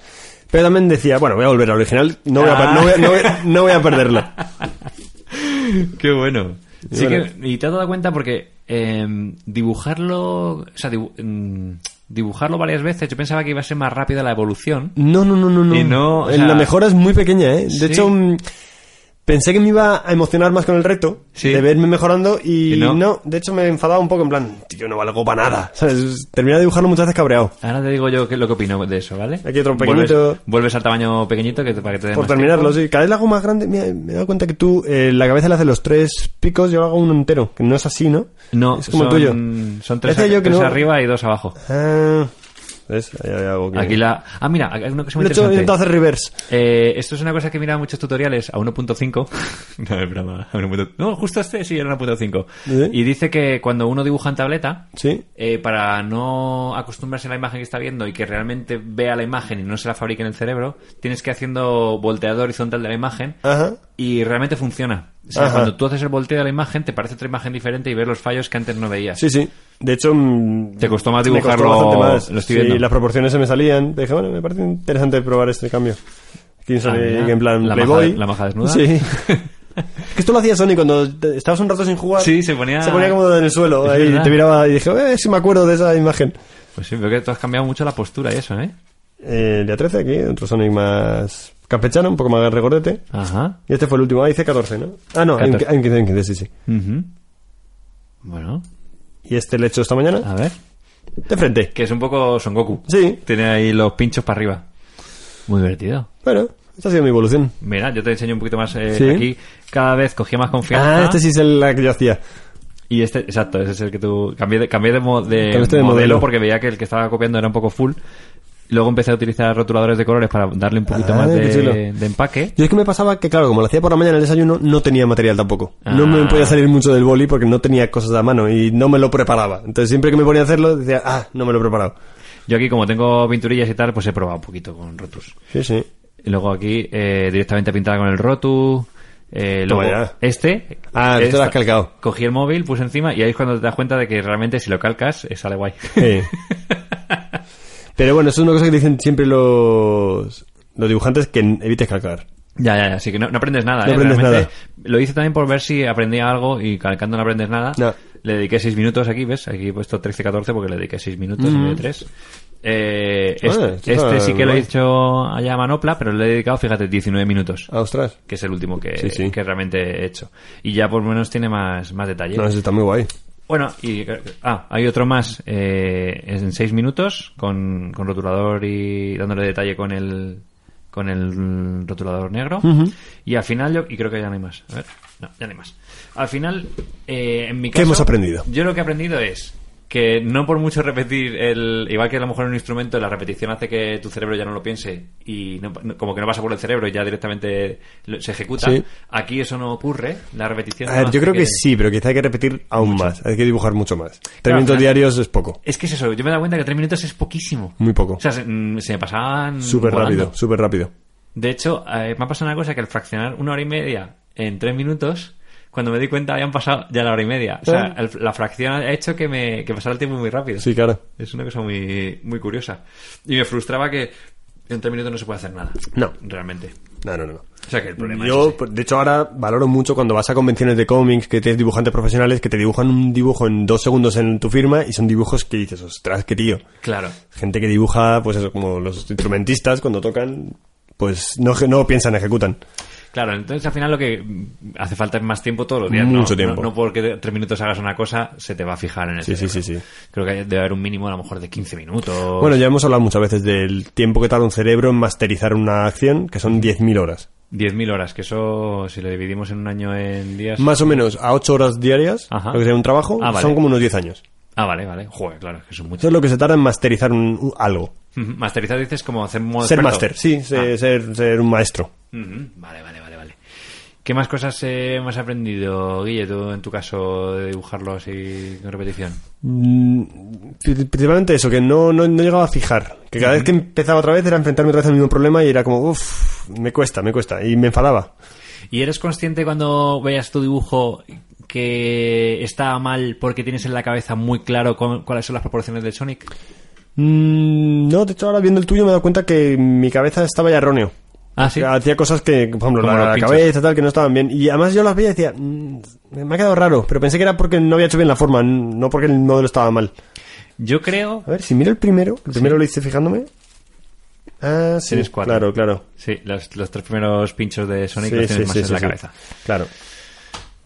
Speaker 2: Pero también decía, bueno, voy a volver al original, no voy a, per-
Speaker 5: Ah.
Speaker 2: no voy a- no voy a- no voy a perderlo.
Speaker 5: Qué bueno.
Speaker 2: Y
Speaker 5: Sí
Speaker 2: bueno.
Speaker 5: que, y te has dado cuenta porque eh, dibujarlo... O sea, dibu- mm, dibujarlo varias veces, yo pensaba que iba a ser más rápida la evolución.
Speaker 2: No, no, no, no. no.
Speaker 5: Y no, o
Speaker 2: Eh,
Speaker 5: sea-
Speaker 2: la mejora es muy pequeña, ¿eh? De
Speaker 5: Sí.
Speaker 2: hecho, mm, pensé que me iba a emocionar más con el reto,
Speaker 5: Sí.
Speaker 2: de verme mejorando, y,
Speaker 5: Y no.
Speaker 2: no? de hecho me enfadaba un poco, en plan, tío, no valgo para nada. ¿Sabes? Terminé de dibujarlo muchas veces cabreado.
Speaker 5: Ahora te digo yo qué es lo que opino de eso, ¿vale?
Speaker 2: Aquí otro
Speaker 5: Vuelves-
Speaker 2: pequeñito.
Speaker 5: Vuelves, al tamaño pequeñito que te- para que te dé
Speaker 2: Por
Speaker 5: más
Speaker 2: terminarlo,
Speaker 5: tiempo.
Speaker 2: sí. Cada vez lo hago más grande. Mira, me he dado cuenta que tú eh, la cabeza le haces los tres picos, yo lo hago uno entero. Que no es así, ¿no?
Speaker 5: No,
Speaker 2: es como
Speaker 5: son,
Speaker 2: el tuyo.
Speaker 5: Son tres,
Speaker 2: Decía
Speaker 5: a-
Speaker 2: yo que
Speaker 5: tres
Speaker 2: no-
Speaker 5: arriba y dos abajo.
Speaker 2: Ah, ¿Ves? Ahí hay algo que-
Speaker 5: Aquí la... Ah, mira, hay una cosa muy
Speaker 2: Lo he hecho
Speaker 5: interesante.
Speaker 2: intentado hacer reverse.
Speaker 5: Eh, esto es una cosa que he mirado en muchos tutoriales a 1.5. no, es broma. a 1.5. No, justo este sí era 1.5.
Speaker 2: ¿Sí?
Speaker 5: Y dice que cuando uno dibuja en tableta,
Speaker 2: Sí.
Speaker 5: eh, para no acostumbrarse a la imagen que está viendo y que realmente vea la imagen y no se la fabrique en el cerebro, tienes que ir haciendo volteador horizontal de la imagen
Speaker 2: Ajá.
Speaker 5: y realmente funciona. O sea,
Speaker 2: Ajá.
Speaker 5: cuando tú haces el volteo de la imagen, te parece otra imagen diferente y ves los fallos que antes no veías.
Speaker 2: Sí, sí. De hecho, mm,
Speaker 5: Te costó más
Speaker 2: me costó
Speaker 5: dibujarlo,
Speaker 2: bastante más.
Speaker 5: lo estoy
Speaker 2: Sí,
Speaker 5: viendo.
Speaker 2: las proporciones se me salían. Dije, bueno, me parece interesante probar este cambio. Aquí sale
Speaker 5: Ah, mira.
Speaker 2: en plan
Speaker 5: La maja-
Speaker 2: Playboy.
Speaker 5: la maja desnuda.
Speaker 2: Sí. Es que esto lo hacía Sony cuando te- estabas un rato sin jugar.
Speaker 5: Sí, se ponía-
Speaker 2: Se ponía como en el suelo.
Speaker 5: Es
Speaker 2: ahí
Speaker 5: verdad.
Speaker 2: te miraba y dije, eh, sí me acuerdo de esa imagen.
Speaker 5: Pues sí, veo que tú has cambiado mucho la postura y eso, ¿eh?
Speaker 2: Eh, El día 13 aquí, otro Sonic más campechano, un poco más regordete.
Speaker 5: Ajá.
Speaker 2: Y este fue el último. Ah, hice 14, ¿no? Ah, no, hay un
Speaker 5: 14.
Speaker 2: hay un 15, hay un 15, sí, sí.
Speaker 5: Ujú. Bueno,
Speaker 2: Y este le he hecho esta mañana.
Speaker 5: a ver.
Speaker 2: De frente.
Speaker 5: Que es un poco Son Goku.
Speaker 2: Sí.
Speaker 5: Tiene ahí los pinchos para arriba. Muy divertido.
Speaker 2: Bueno, esta ha sido mi evolución.
Speaker 5: Mira, yo te enseño un poquito más eh,
Speaker 2: Sí.
Speaker 5: aquí. Cada vez cogía más confianza.
Speaker 2: Ah, este sí es el la que yo hacía.
Speaker 5: Y este, exacto, ese es el que tú... Cambié de, cambié de, mo- de
Speaker 2: Cambiaste este de
Speaker 5: modelo,
Speaker 2: modelo.
Speaker 5: porque veía que el que estaba copiando era un poco full. Luego empecé a utilizar rotuladores de colores para darle un poquito
Speaker 2: Ah,
Speaker 5: más
Speaker 2: qué chulo.
Speaker 5: de, de empaque.
Speaker 2: Yo es que me pasaba que, claro, como lo hacía por la mañana en el desayuno, no tenía material tampoco. No me
Speaker 5: Ah.
Speaker 2: podía salir mucho del boli porque no tenía cosas a mano y no me lo preparaba. Entonces siempre que me ponía a hacerlo decía, ah, no me lo he preparado.
Speaker 5: Yo aquí, como tengo pinturillas y tal, pues he probado un poquito con rotus.
Speaker 2: Sí, sí.
Speaker 5: Y luego aquí, eh, directamente pintada con el rotu. Eh,
Speaker 2: Toma
Speaker 5: luego
Speaker 2: ya.
Speaker 5: este.
Speaker 2: Ah, que tú lo has calcado.
Speaker 5: Cogí el móvil, puse encima y ahí es cuando te das cuenta de que realmente si lo calcas eh, sale guay.
Speaker 2: Eh. Pero bueno, eso es una cosa que dicen siempre los, los dibujantes que evites calcar.
Speaker 5: Ya, ya, ya, así que no, no aprendes nada.
Speaker 2: No
Speaker 5: ¿eh?
Speaker 2: aprendes
Speaker 5: Realmente, Lo hice también por ver si aprendía algo y calcando no aprendes nada.
Speaker 2: No.
Speaker 5: Le dediqué 6 minutos aquí, ¿ves? Aquí he puesto 13-14 porque le dediqué 6 minutos en vez de 3. este,
Speaker 2: Ah, Mm. esto
Speaker 5: este
Speaker 2: está
Speaker 5: sí que lo he
Speaker 2: guay.
Speaker 5: hecho allá a Manopla, pero le he dedicado, fíjate, 19 minutos,
Speaker 2: Ah, ostras.
Speaker 5: que es el último que,
Speaker 2: Sí, sí.
Speaker 5: que realmente he hecho. Y ya por lo menos tiene más, más detalle.
Speaker 2: No, eso está muy guay.
Speaker 5: Bueno, y ah, hay otro más eh, en seis minutos con, con rotulador y dándole detalle con el con el rotulador negro. Y al final yo y creo que ya no hay más. A ver, no, ya no hay más. Al final, eh, en mi
Speaker 2: ¿Qué
Speaker 5: caso,
Speaker 2: hemos aprendido?
Speaker 5: Yo lo que he aprendido es que no por mucho repetir el igual que a lo mejor en un instrumento la repetición hace que tu cerebro ya no lo piense y no- no- como que no pasa por el cerebro y ya directamente lo- se ejecuta.
Speaker 2: Sí.
Speaker 5: Aquí eso no ocurre. La repetición.
Speaker 2: A
Speaker 5: no
Speaker 2: ver, yo
Speaker 5: hace
Speaker 2: creo que sí, pero quizá hay que repetir aún más. Hay que dibujar mucho más. Tres
Speaker 5: Claro,
Speaker 2: minutos
Speaker 5: al final-
Speaker 2: diarios es poco.
Speaker 5: Es que es eso, yo me he dado cuenta que tres minutos es poquísimo.
Speaker 2: Muy poco.
Speaker 5: O sea, se, mm, se me pasaban.
Speaker 2: Súper
Speaker 5: volando.
Speaker 2: rápido, súper rápido.
Speaker 5: De hecho, eh, me ha pasado una cosa que al fraccionar una hora y media en tres minutos, cuando me di cuenta habían pasado ya la hora y media. O sea,
Speaker 2: ¿Eh?
Speaker 5: el- la fracción ha hecho que me que pasara el tiempo muy rápido.
Speaker 2: Sí, claro.
Speaker 5: Es una cosa muy, muy curiosa. Y me frustraba que en tres minutos no se puede hacer nada.
Speaker 2: No.
Speaker 5: Realmente.
Speaker 2: No, no, no. no.
Speaker 5: O sea, que el problema es.
Speaker 2: Yo,
Speaker 5: ese.
Speaker 2: de hecho, ahora valoro mucho cuando vas a convenciones de cómics que tienes dibujantes profesionales que te dibujan un dibujo en dos segundos en tu firma y son dibujos que dices, ostras, qué tío.
Speaker 5: Claro.
Speaker 2: Gente que dibuja, pues eso, como los instrumentistas cuando tocan, pues no, no piensan, ejecutan.
Speaker 5: Claro, entonces al final lo que mm, hace falta es más tiempo todos los días.
Speaker 2: Mucho
Speaker 5: no,
Speaker 2: tiempo.
Speaker 5: No, no porque de- tres minutos hagas una cosa, se te va a fijar en el
Speaker 2: Sí, sí,
Speaker 5: cerebro.
Speaker 2: sí, sí.
Speaker 5: Creo que debe haber un mínimo a lo mejor de 15 minutos.
Speaker 2: Bueno, ya hemos hablado muchas veces del tiempo que tarda un cerebro en masterizar una acción, que son 10.000 horas.
Speaker 5: 10.000 horas, que eso si lo dividimos en un año en días...
Speaker 2: Más o menos a 8 horas diarias,
Speaker 5: Ajá.
Speaker 2: lo que sea un trabajo,
Speaker 5: Ah, vale.
Speaker 2: son como unos 10 años.
Speaker 5: Ah, vale, vale. Joder, claro, es que son
Speaker 2: Eso
Speaker 5: muchos.
Speaker 2: es lo que se tarda en masterizar un- un- algo.
Speaker 5: Ujú. Masterizar dices como hacer modo
Speaker 2: Ser
Speaker 5: experto.
Speaker 2: máster, sí, se-
Speaker 5: Ah.
Speaker 2: ser, ser un maestro.
Speaker 5: Ujú. Vale, vale, vale, vale. ¿Qué más cosas eh, hemos aprendido, Guille, tú en tu caso de dibujarlo así con repetición?
Speaker 2: Mm, pri- Principalmente eso, que no, no, no llegaba a fijar. Que cada vez que empezaba otra vez era enfrentarme otra vez al mismo problema y era como, uff, me cuesta, me cuesta. Y me enfadaba.
Speaker 5: ¿Y eres consciente cuando veas tu dibujo que está mal porque tienes en la cabeza muy claro cu- cuáles son las proporciones del Sonic?
Speaker 2: Mm, No, de hecho ahora viendo el tuyo me he dado cuenta que mi cabeza estaba ya erróneo.
Speaker 5: Ah, sí.
Speaker 2: Hacía cosas que, por ejemplo,
Speaker 5: Como
Speaker 2: la,
Speaker 5: los
Speaker 2: la
Speaker 5: pinchos.
Speaker 2: cabeza tal, que no estaban bien. Y además yo las veía y decía, "Mm, me ha quedado raro, pero pensé que era porque no había hecho bien la forma, n- no porque el modelo estaba mal.
Speaker 5: Yo creo...
Speaker 2: A ver, si miro el primero, el primero lo hice fijándome. Ah, sí,
Speaker 5: Tienes cuatro.
Speaker 2: claro, claro.
Speaker 5: Sí, los, los tres primeros pinchos de Sonic
Speaker 2: Sí,
Speaker 5: los
Speaker 2: sí,
Speaker 5: tienes más
Speaker 2: sí,
Speaker 5: en
Speaker 2: sí,
Speaker 5: la
Speaker 2: sí.
Speaker 5: cabeza.
Speaker 2: Claro.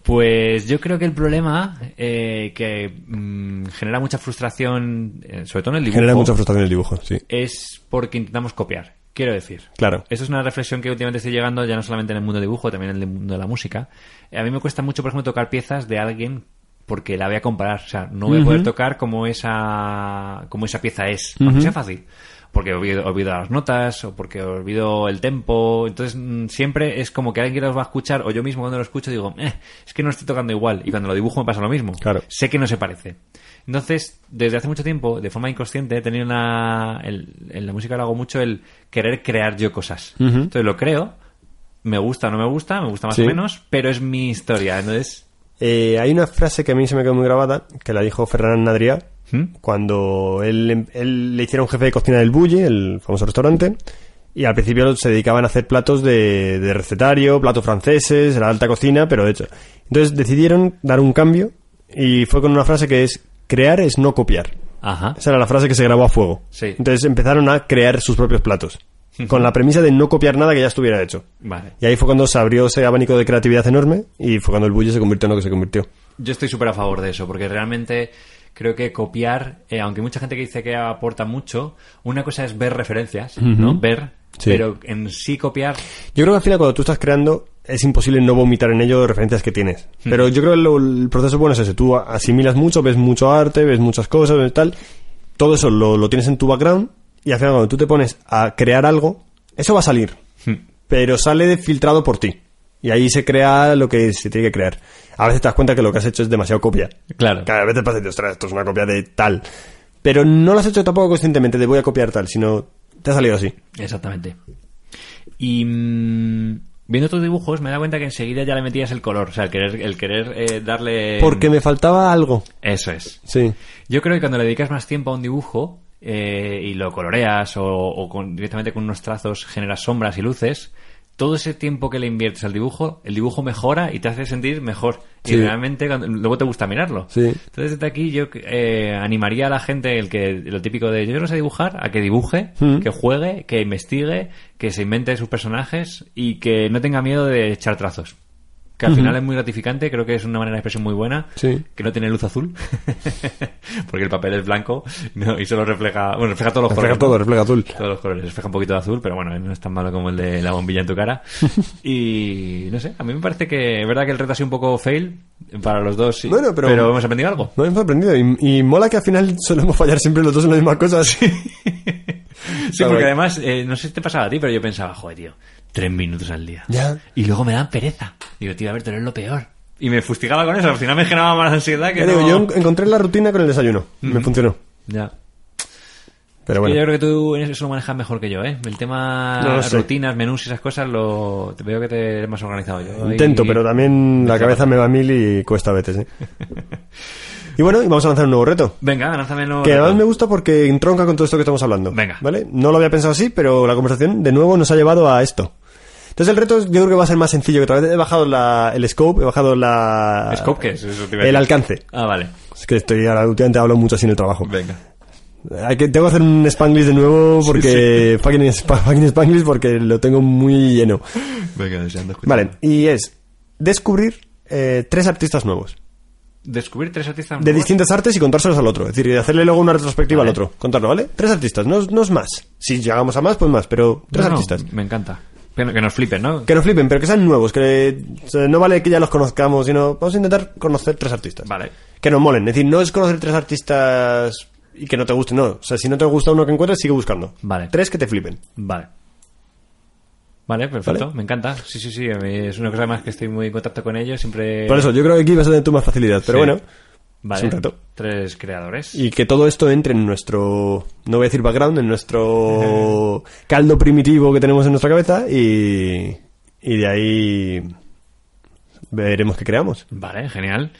Speaker 5: Pues yo creo que el problema eh, que mm, genera mucha frustración, eh, sobre todo en el dibujo,
Speaker 2: Genera mucha frustración el dibujo, sí.
Speaker 5: es porque intentamos copiar. Quiero decir.
Speaker 2: Claro.
Speaker 5: Eso es una reflexión que últimamente estoy llegando ya no solamente en el mundo del dibujo, también en el mundo de la música. Eh, A mí me cuesta mucho, por ejemplo, tocar piezas de alguien porque la voy a comparar. O sea, no voy a poder tocar como esa, como esa pieza es, aunque sea fácil. Porque olvido, olvido las notas o porque olvido el tempo. Entonces, mm, siempre es como que alguien los va a escuchar o yo mismo cuando lo escucho digo, "Eh, es que no lo estoy tocando igual. Y cuando lo dibujo me pasa lo mismo.
Speaker 2: Claro.
Speaker 5: Sé que no se parece. Entonces, desde hace mucho tiempo, de forma inconsciente, he tenido una... el- en la música lo hago mucho el querer crear yo cosas. Entonces lo creo, me gusta o no me gusta, me gusta más
Speaker 2: Sí.
Speaker 5: o menos, pero es mi historia. Entonces,
Speaker 2: Eh, hay una frase que a mí se me quedó muy grabada, que la dijo Ferran Adrià,
Speaker 5: ¿Mm?
Speaker 2: cuando él, em, él le hicieron jefe de cocina del Bulli, el famoso restaurante, y al principio se dedicaban a hacer platos de, de recetario, platos franceses, la alta cocina, pero de hecho. Entonces decidieron dar un cambio y fue con una frase que es, crear es no copiar.
Speaker 5: ajá.
Speaker 2: Esa era la frase que se grabó a fuego.
Speaker 5: Sí.
Speaker 2: Entonces empezaron a crear sus propios platos, con la premisa de no copiar nada que ya estuviera hecho.
Speaker 5: Vale.
Speaker 2: Y ahí fue cuando se abrió ese abanico de creatividad enorme y fue cuando el bully se convirtió en lo que se convirtió.
Speaker 5: Yo estoy súper a favor de eso, porque realmente creo que copiar, eh, aunque mucha gente que dice que aporta mucho, una cosa es ver referencias, ¿no? Ver,
Speaker 2: Sí.
Speaker 5: pero en sí copiar
Speaker 2: Yo creo que al final cuando tú estás creando es imposible no vomitar en ello referencias que tienes. Pero yo creo que lo- el proceso bueno es ese. Tú a- asimilas mucho, ves mucho arte, ves muchas cosas, ves tal. Todo eso lo, lo tienes en tu background y al final cuando tú te pones a crear algo, eso va a salir. Pero sale de- filtrado por ti. Y ahí se crea lo que se tiene que crear. A veces te das cuenta que lo que has hecho es demasiado copia.
Speaker 5: Claro.
Speaker 2: Cada vez te pasa y dices, ostras, esto es una copia de tal. Pero no lo has hecho tampoco conscientemente, te voy a copiar tal, sino te ha salido así.
Speaker 5: Eh, Exactamente. Y mm, viendo tus dibujos me da cuenta que enseguida ya le metías el color, o sea, el querer, el querer eh, darle...
Speaker 2: Porque me faltaba algo.
Speaker 5: Eso es.
Speaker 2: Sí.
Speaker 5: Yo creo que cuando le dedicas más tiempo a un dibujo eh, y lo coloreas o, o con- directamente con unos trazos generas sombras y luces, todo ese tiempo que le inviertes al dibujo, el dibujo mejora y te hace sentir mejor.
Speaker 2: Sí.
Speaker 5: Y realmente cuando- luego te gusta mirarlo.
Speaker 2: Sí.
Speaker 5: Entonces desde aquí yo eh, animaría a la gente, el que lo típico de yo no sé dibujar, a que dibuje,
Speaker 2: Mm.
Speaker 5: que juegue, que investigue, que se invente sus personajes y que no tenga miedo de echar trazos. Que al final es muy gratificante, creo que es una manera de expresión muy buena.
Speaker 2: Sí.
Speaker 5: Que no tiene luz azul. Porque el papel es blanco no, y solo refleja. Bueno, refleja todos los
Speaker 2: Refleja
Speaker 5: colores.
Speaker 2: todo,
Speaker 5: ¿no?
Speaker 2: refleja azul.
Speaker 5: Todos los colores. Refleja un poquito de azul, pero bueno, no es tan malo como el de la bombilla en tu cara. Y no sé, a mí me parece que es verdad que el reto ha sido un poco fail para los dos. sí.
Speaker 2: Bueno, pero-
Speaker 5: hemos aprendido algo.
Speaker 2: No hemos aprendido. Y, y mola que al final solemos fallar siempre los dos en las mismas cosas.
Speaker 5: Sí, porque además, eh, no sé si te pasaba a ti, pero yo pensaba, joder, tío, tres minutos al día.
Speaker 2: Ya.
Speaker 5: Y luego me dan pereza. Digo, tío, a ver, tú eres lo peor. Y me fustigaba con eso. Al final me generaba más ansiedad que
Speaker 2: Ya digo,
Speaker 5: no-
Speaker 2: yo en- encontré la rutina con el desayuno. Me funcionó.
Speaker 5: Ya.
Speaker 2: Pero
Speaker 5: Yo
Speaker 2: bueno.
Speaker 5: creo que tú en eso lo manejas mejor que yo, ¿eh? El tema
Speaker 2: No lo sé.
Speaker 5: rutinas, menús y esas cosas, lo... te veo que te eres más organizado. Yo ahí-
Speaker 2: Intento, pero también la cabeza me va a mil y cuesta a veces. ¿eh? y bueno, y vamos a lanzar un nuevo reto.
Speaker 5: Venga, lánzamelo.
Speaker 2: Que además
Speaker 5: Rafa.
Speaker 2: me gusta porque entronca con todo esto que estamos hablando.
Speaker 5: Venga.
Speaker 2: ¿Vale? No lo había pensado así, pero la conversación de nuevo nos ha llevado a esto. Entonces el reto yo creo que va a ser más sencillo que otra vez. He bajado la, el scope, he bajado la...
Speaker 5: ¿Scope qué es? Eso te iba a
Speaker 2: El
Speaker 5: decir.
Speaker 2: alcance.
Speaker 5: Ah, vale.
Speaker 2: Es que estoy ahora últimamente hablo mucho así en el trabajo.
Speaker 5: Venga.
Speaker 2: Hay que, tengo que hacer un Spanglish de nuevo porque... Fucking, spa- fucking Spanglish porque lo tengo muy lleno.
Speaker 5: Venga, deseando
Speaker 2: Vale, y es descubrir eh, tres artistas nuevos.
Speaker 5: Descubrir tres artistas
Speaker 2: De
Speaker 5: nuevos.
Speaker 2: distintas artes y contárselos al otro. Es decir, hacerle luego una retrospectiva
Speaker 5: Vale.
Speaker 2: al otro. Contarlo, ¿vale? Tres artistas, no, no es más. Si llegamos a más, pues más, pero tres
Speaker 5: No, no,
Speaker 2: artistas.
Speaker 5: me encanta. Que, que nos flipen, ¿no?
Speaker 2: Que nos flipen, pero que sean nuevos, que o sea, no vale que ya los conozcamos, sino vamos a intentar conocer tres artistas.
Speaker 5: Vale.
Speaker 2: Que nos molen. Es decir, no es conocer tres artistas y que no te gusten, no. O sea, si no te gusta uno que encuentres, sigue buscando.
Speaker 5: Vale.
Speaker 2: Tres que te flipen.
Speaker 5: Vale. Vale, perfecto.
Speaker 2: Vale.
Speaker 5: Me encanta. Sí, sí, sí. a mí Es una cosa más que estoy muy en contacto con ellos. Siempre.
Speaker 2: Por eso, yo creo que aquí vas a tener tú más facilidad, pero
Speaker 5: Eh, Sí.
Speaker 2: bueno.
Speaker 5: Vale.
Speaker 2: es un reto.
Speaker 5: Tres creadores.
Speaker 2: Y que todo esto entre en nuestro, no voy a decir background, en nuestro caldo primitivo que tenemos en nuestra cabeza y, y de ahí veremos qué creamos.
Speaker 5: Vale, genial.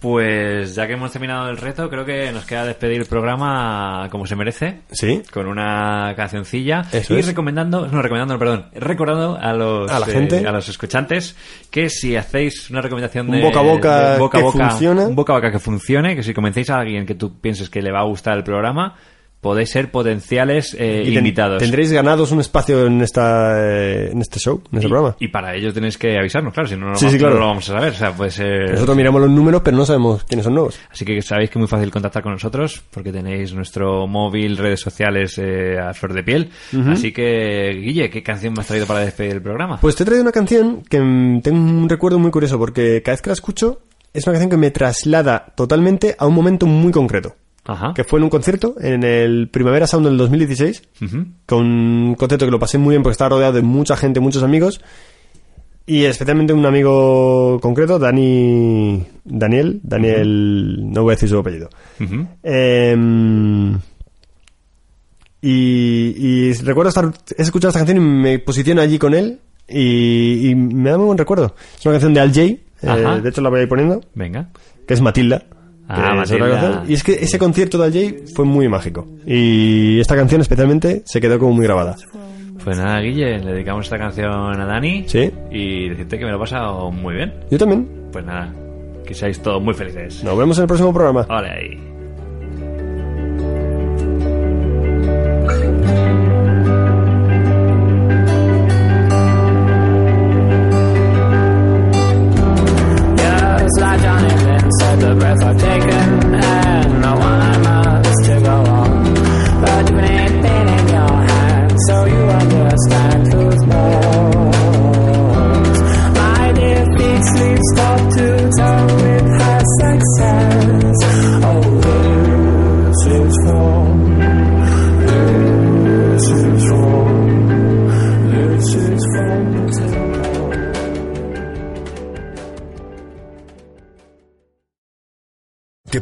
Speaker 5: Pues ya que hemos terminado el reto, creo que nos queda despedir el programa como se merece.
Speaker 2: ¿Sí?
Speaker 5: Con una cancioncilla.
Speaker 2: Eso
Speaker 5: y
Speaker 2: es.
Speaker 5: recomendando, no recomendando, perdón, recordando a los,
Speaker 2: A la
Speaker 5: eh,
Speaker 2: gente.
Speaker 5: a los escuchantes que si hacéis una recomendación
Speaker 2: Un
Speaker 5: de
Speaker 2: boca a boca
Speaker 5: de
Speaker 2: que funciona.
Speaker 5: un boca a boca que funcione, que si convencéis a alguien que tú pienses que le va a gustar el programa, podéis ser potenciales eh,
Speaker 2: ten-
Speaker 5: invitados.
Speaker 2: Tendréis ganados un espacio en esta eh, en este show, en este
Speaker 5: y,
Speaker 2: programa.
Speaker 5: y para ello tenéis que avisarnos, claro, si no, no, lo
Speaker 2: Sí,
Speaker 5: vamos-
Speaker 2: sí, claro.
Speaker 5: no lo vamos a saber. O sea, puede ser-
Speaker 2: Nosotros miramos los números, pero no sabemos quiénes son nuevos.
Speaker 5: Así que sabéis que es muy fácil contactar con nosotros porque tenéis nuestro móvil, redes sociales eh, a flor de piel. Así que, Guille, ¿qué canción me has traído para despedir el programa?
Speaker 2: Pues te he traído una canción que mm, tengo un recuerdo muy curioso porque cada vez que la escucho es una canción que me traslada totalmente a un momento muy concreto.
Speaker 5: Ajá.
Speaker 2: Que fue en un concierto en el Primavera Sound del 2016.
Speaker 5: Ujú.
Speaker 2: con un concierto que lo pasé muy bien porque estaba rodeado de mucha gente, muchos amigos y especialmente un amigo concreto, Dani Daniel, Daniel, no voy a decir su apellido.
Speaker 5: Ujú.
Speaker 2: Em, y, y recuerdo estar he escuchado esta canción y me posiciono allí con él y, y me da muy buen recuerdo. Es una canción de Al Jay, eh,
Speaker 5: Ajá.
Speaker 2: de hecho la voy a ir poniendo,
Speaker 5: Venga.
Speaker 2: que es Matilda.
Speaker 5: Ah,
Speaker 2: que es otra
Speaker 5: Matilda.
Speaker 2: canción. Y es que ese concierto de Al Jay fue muy mágico. Y esta canción especialmente se quedó como muy grabada.
Speaker 5: Pues nada, Guille, le dedicamos esta canción a Dani.
Speaker 2: Sí.
Speaker 5: Y decirte que me lo he pasado muy bien.
Speaker 2: Yo también.
Speaker 5: Pues nada, que seáis todos muy felices.
Speaker 2: Nos vemos en el próximo programa.
Speaker 5: Hola ahí.
Speaker 8: Yes, I done it and said the breath I've taken and the one I must to go on. But you've been been in your hand, so you understand who's knows. My dear big sleeves start to turn with her success. Oh, this is wrong. This is wrong. This is wrong to know.
Speaker 9: ¿Te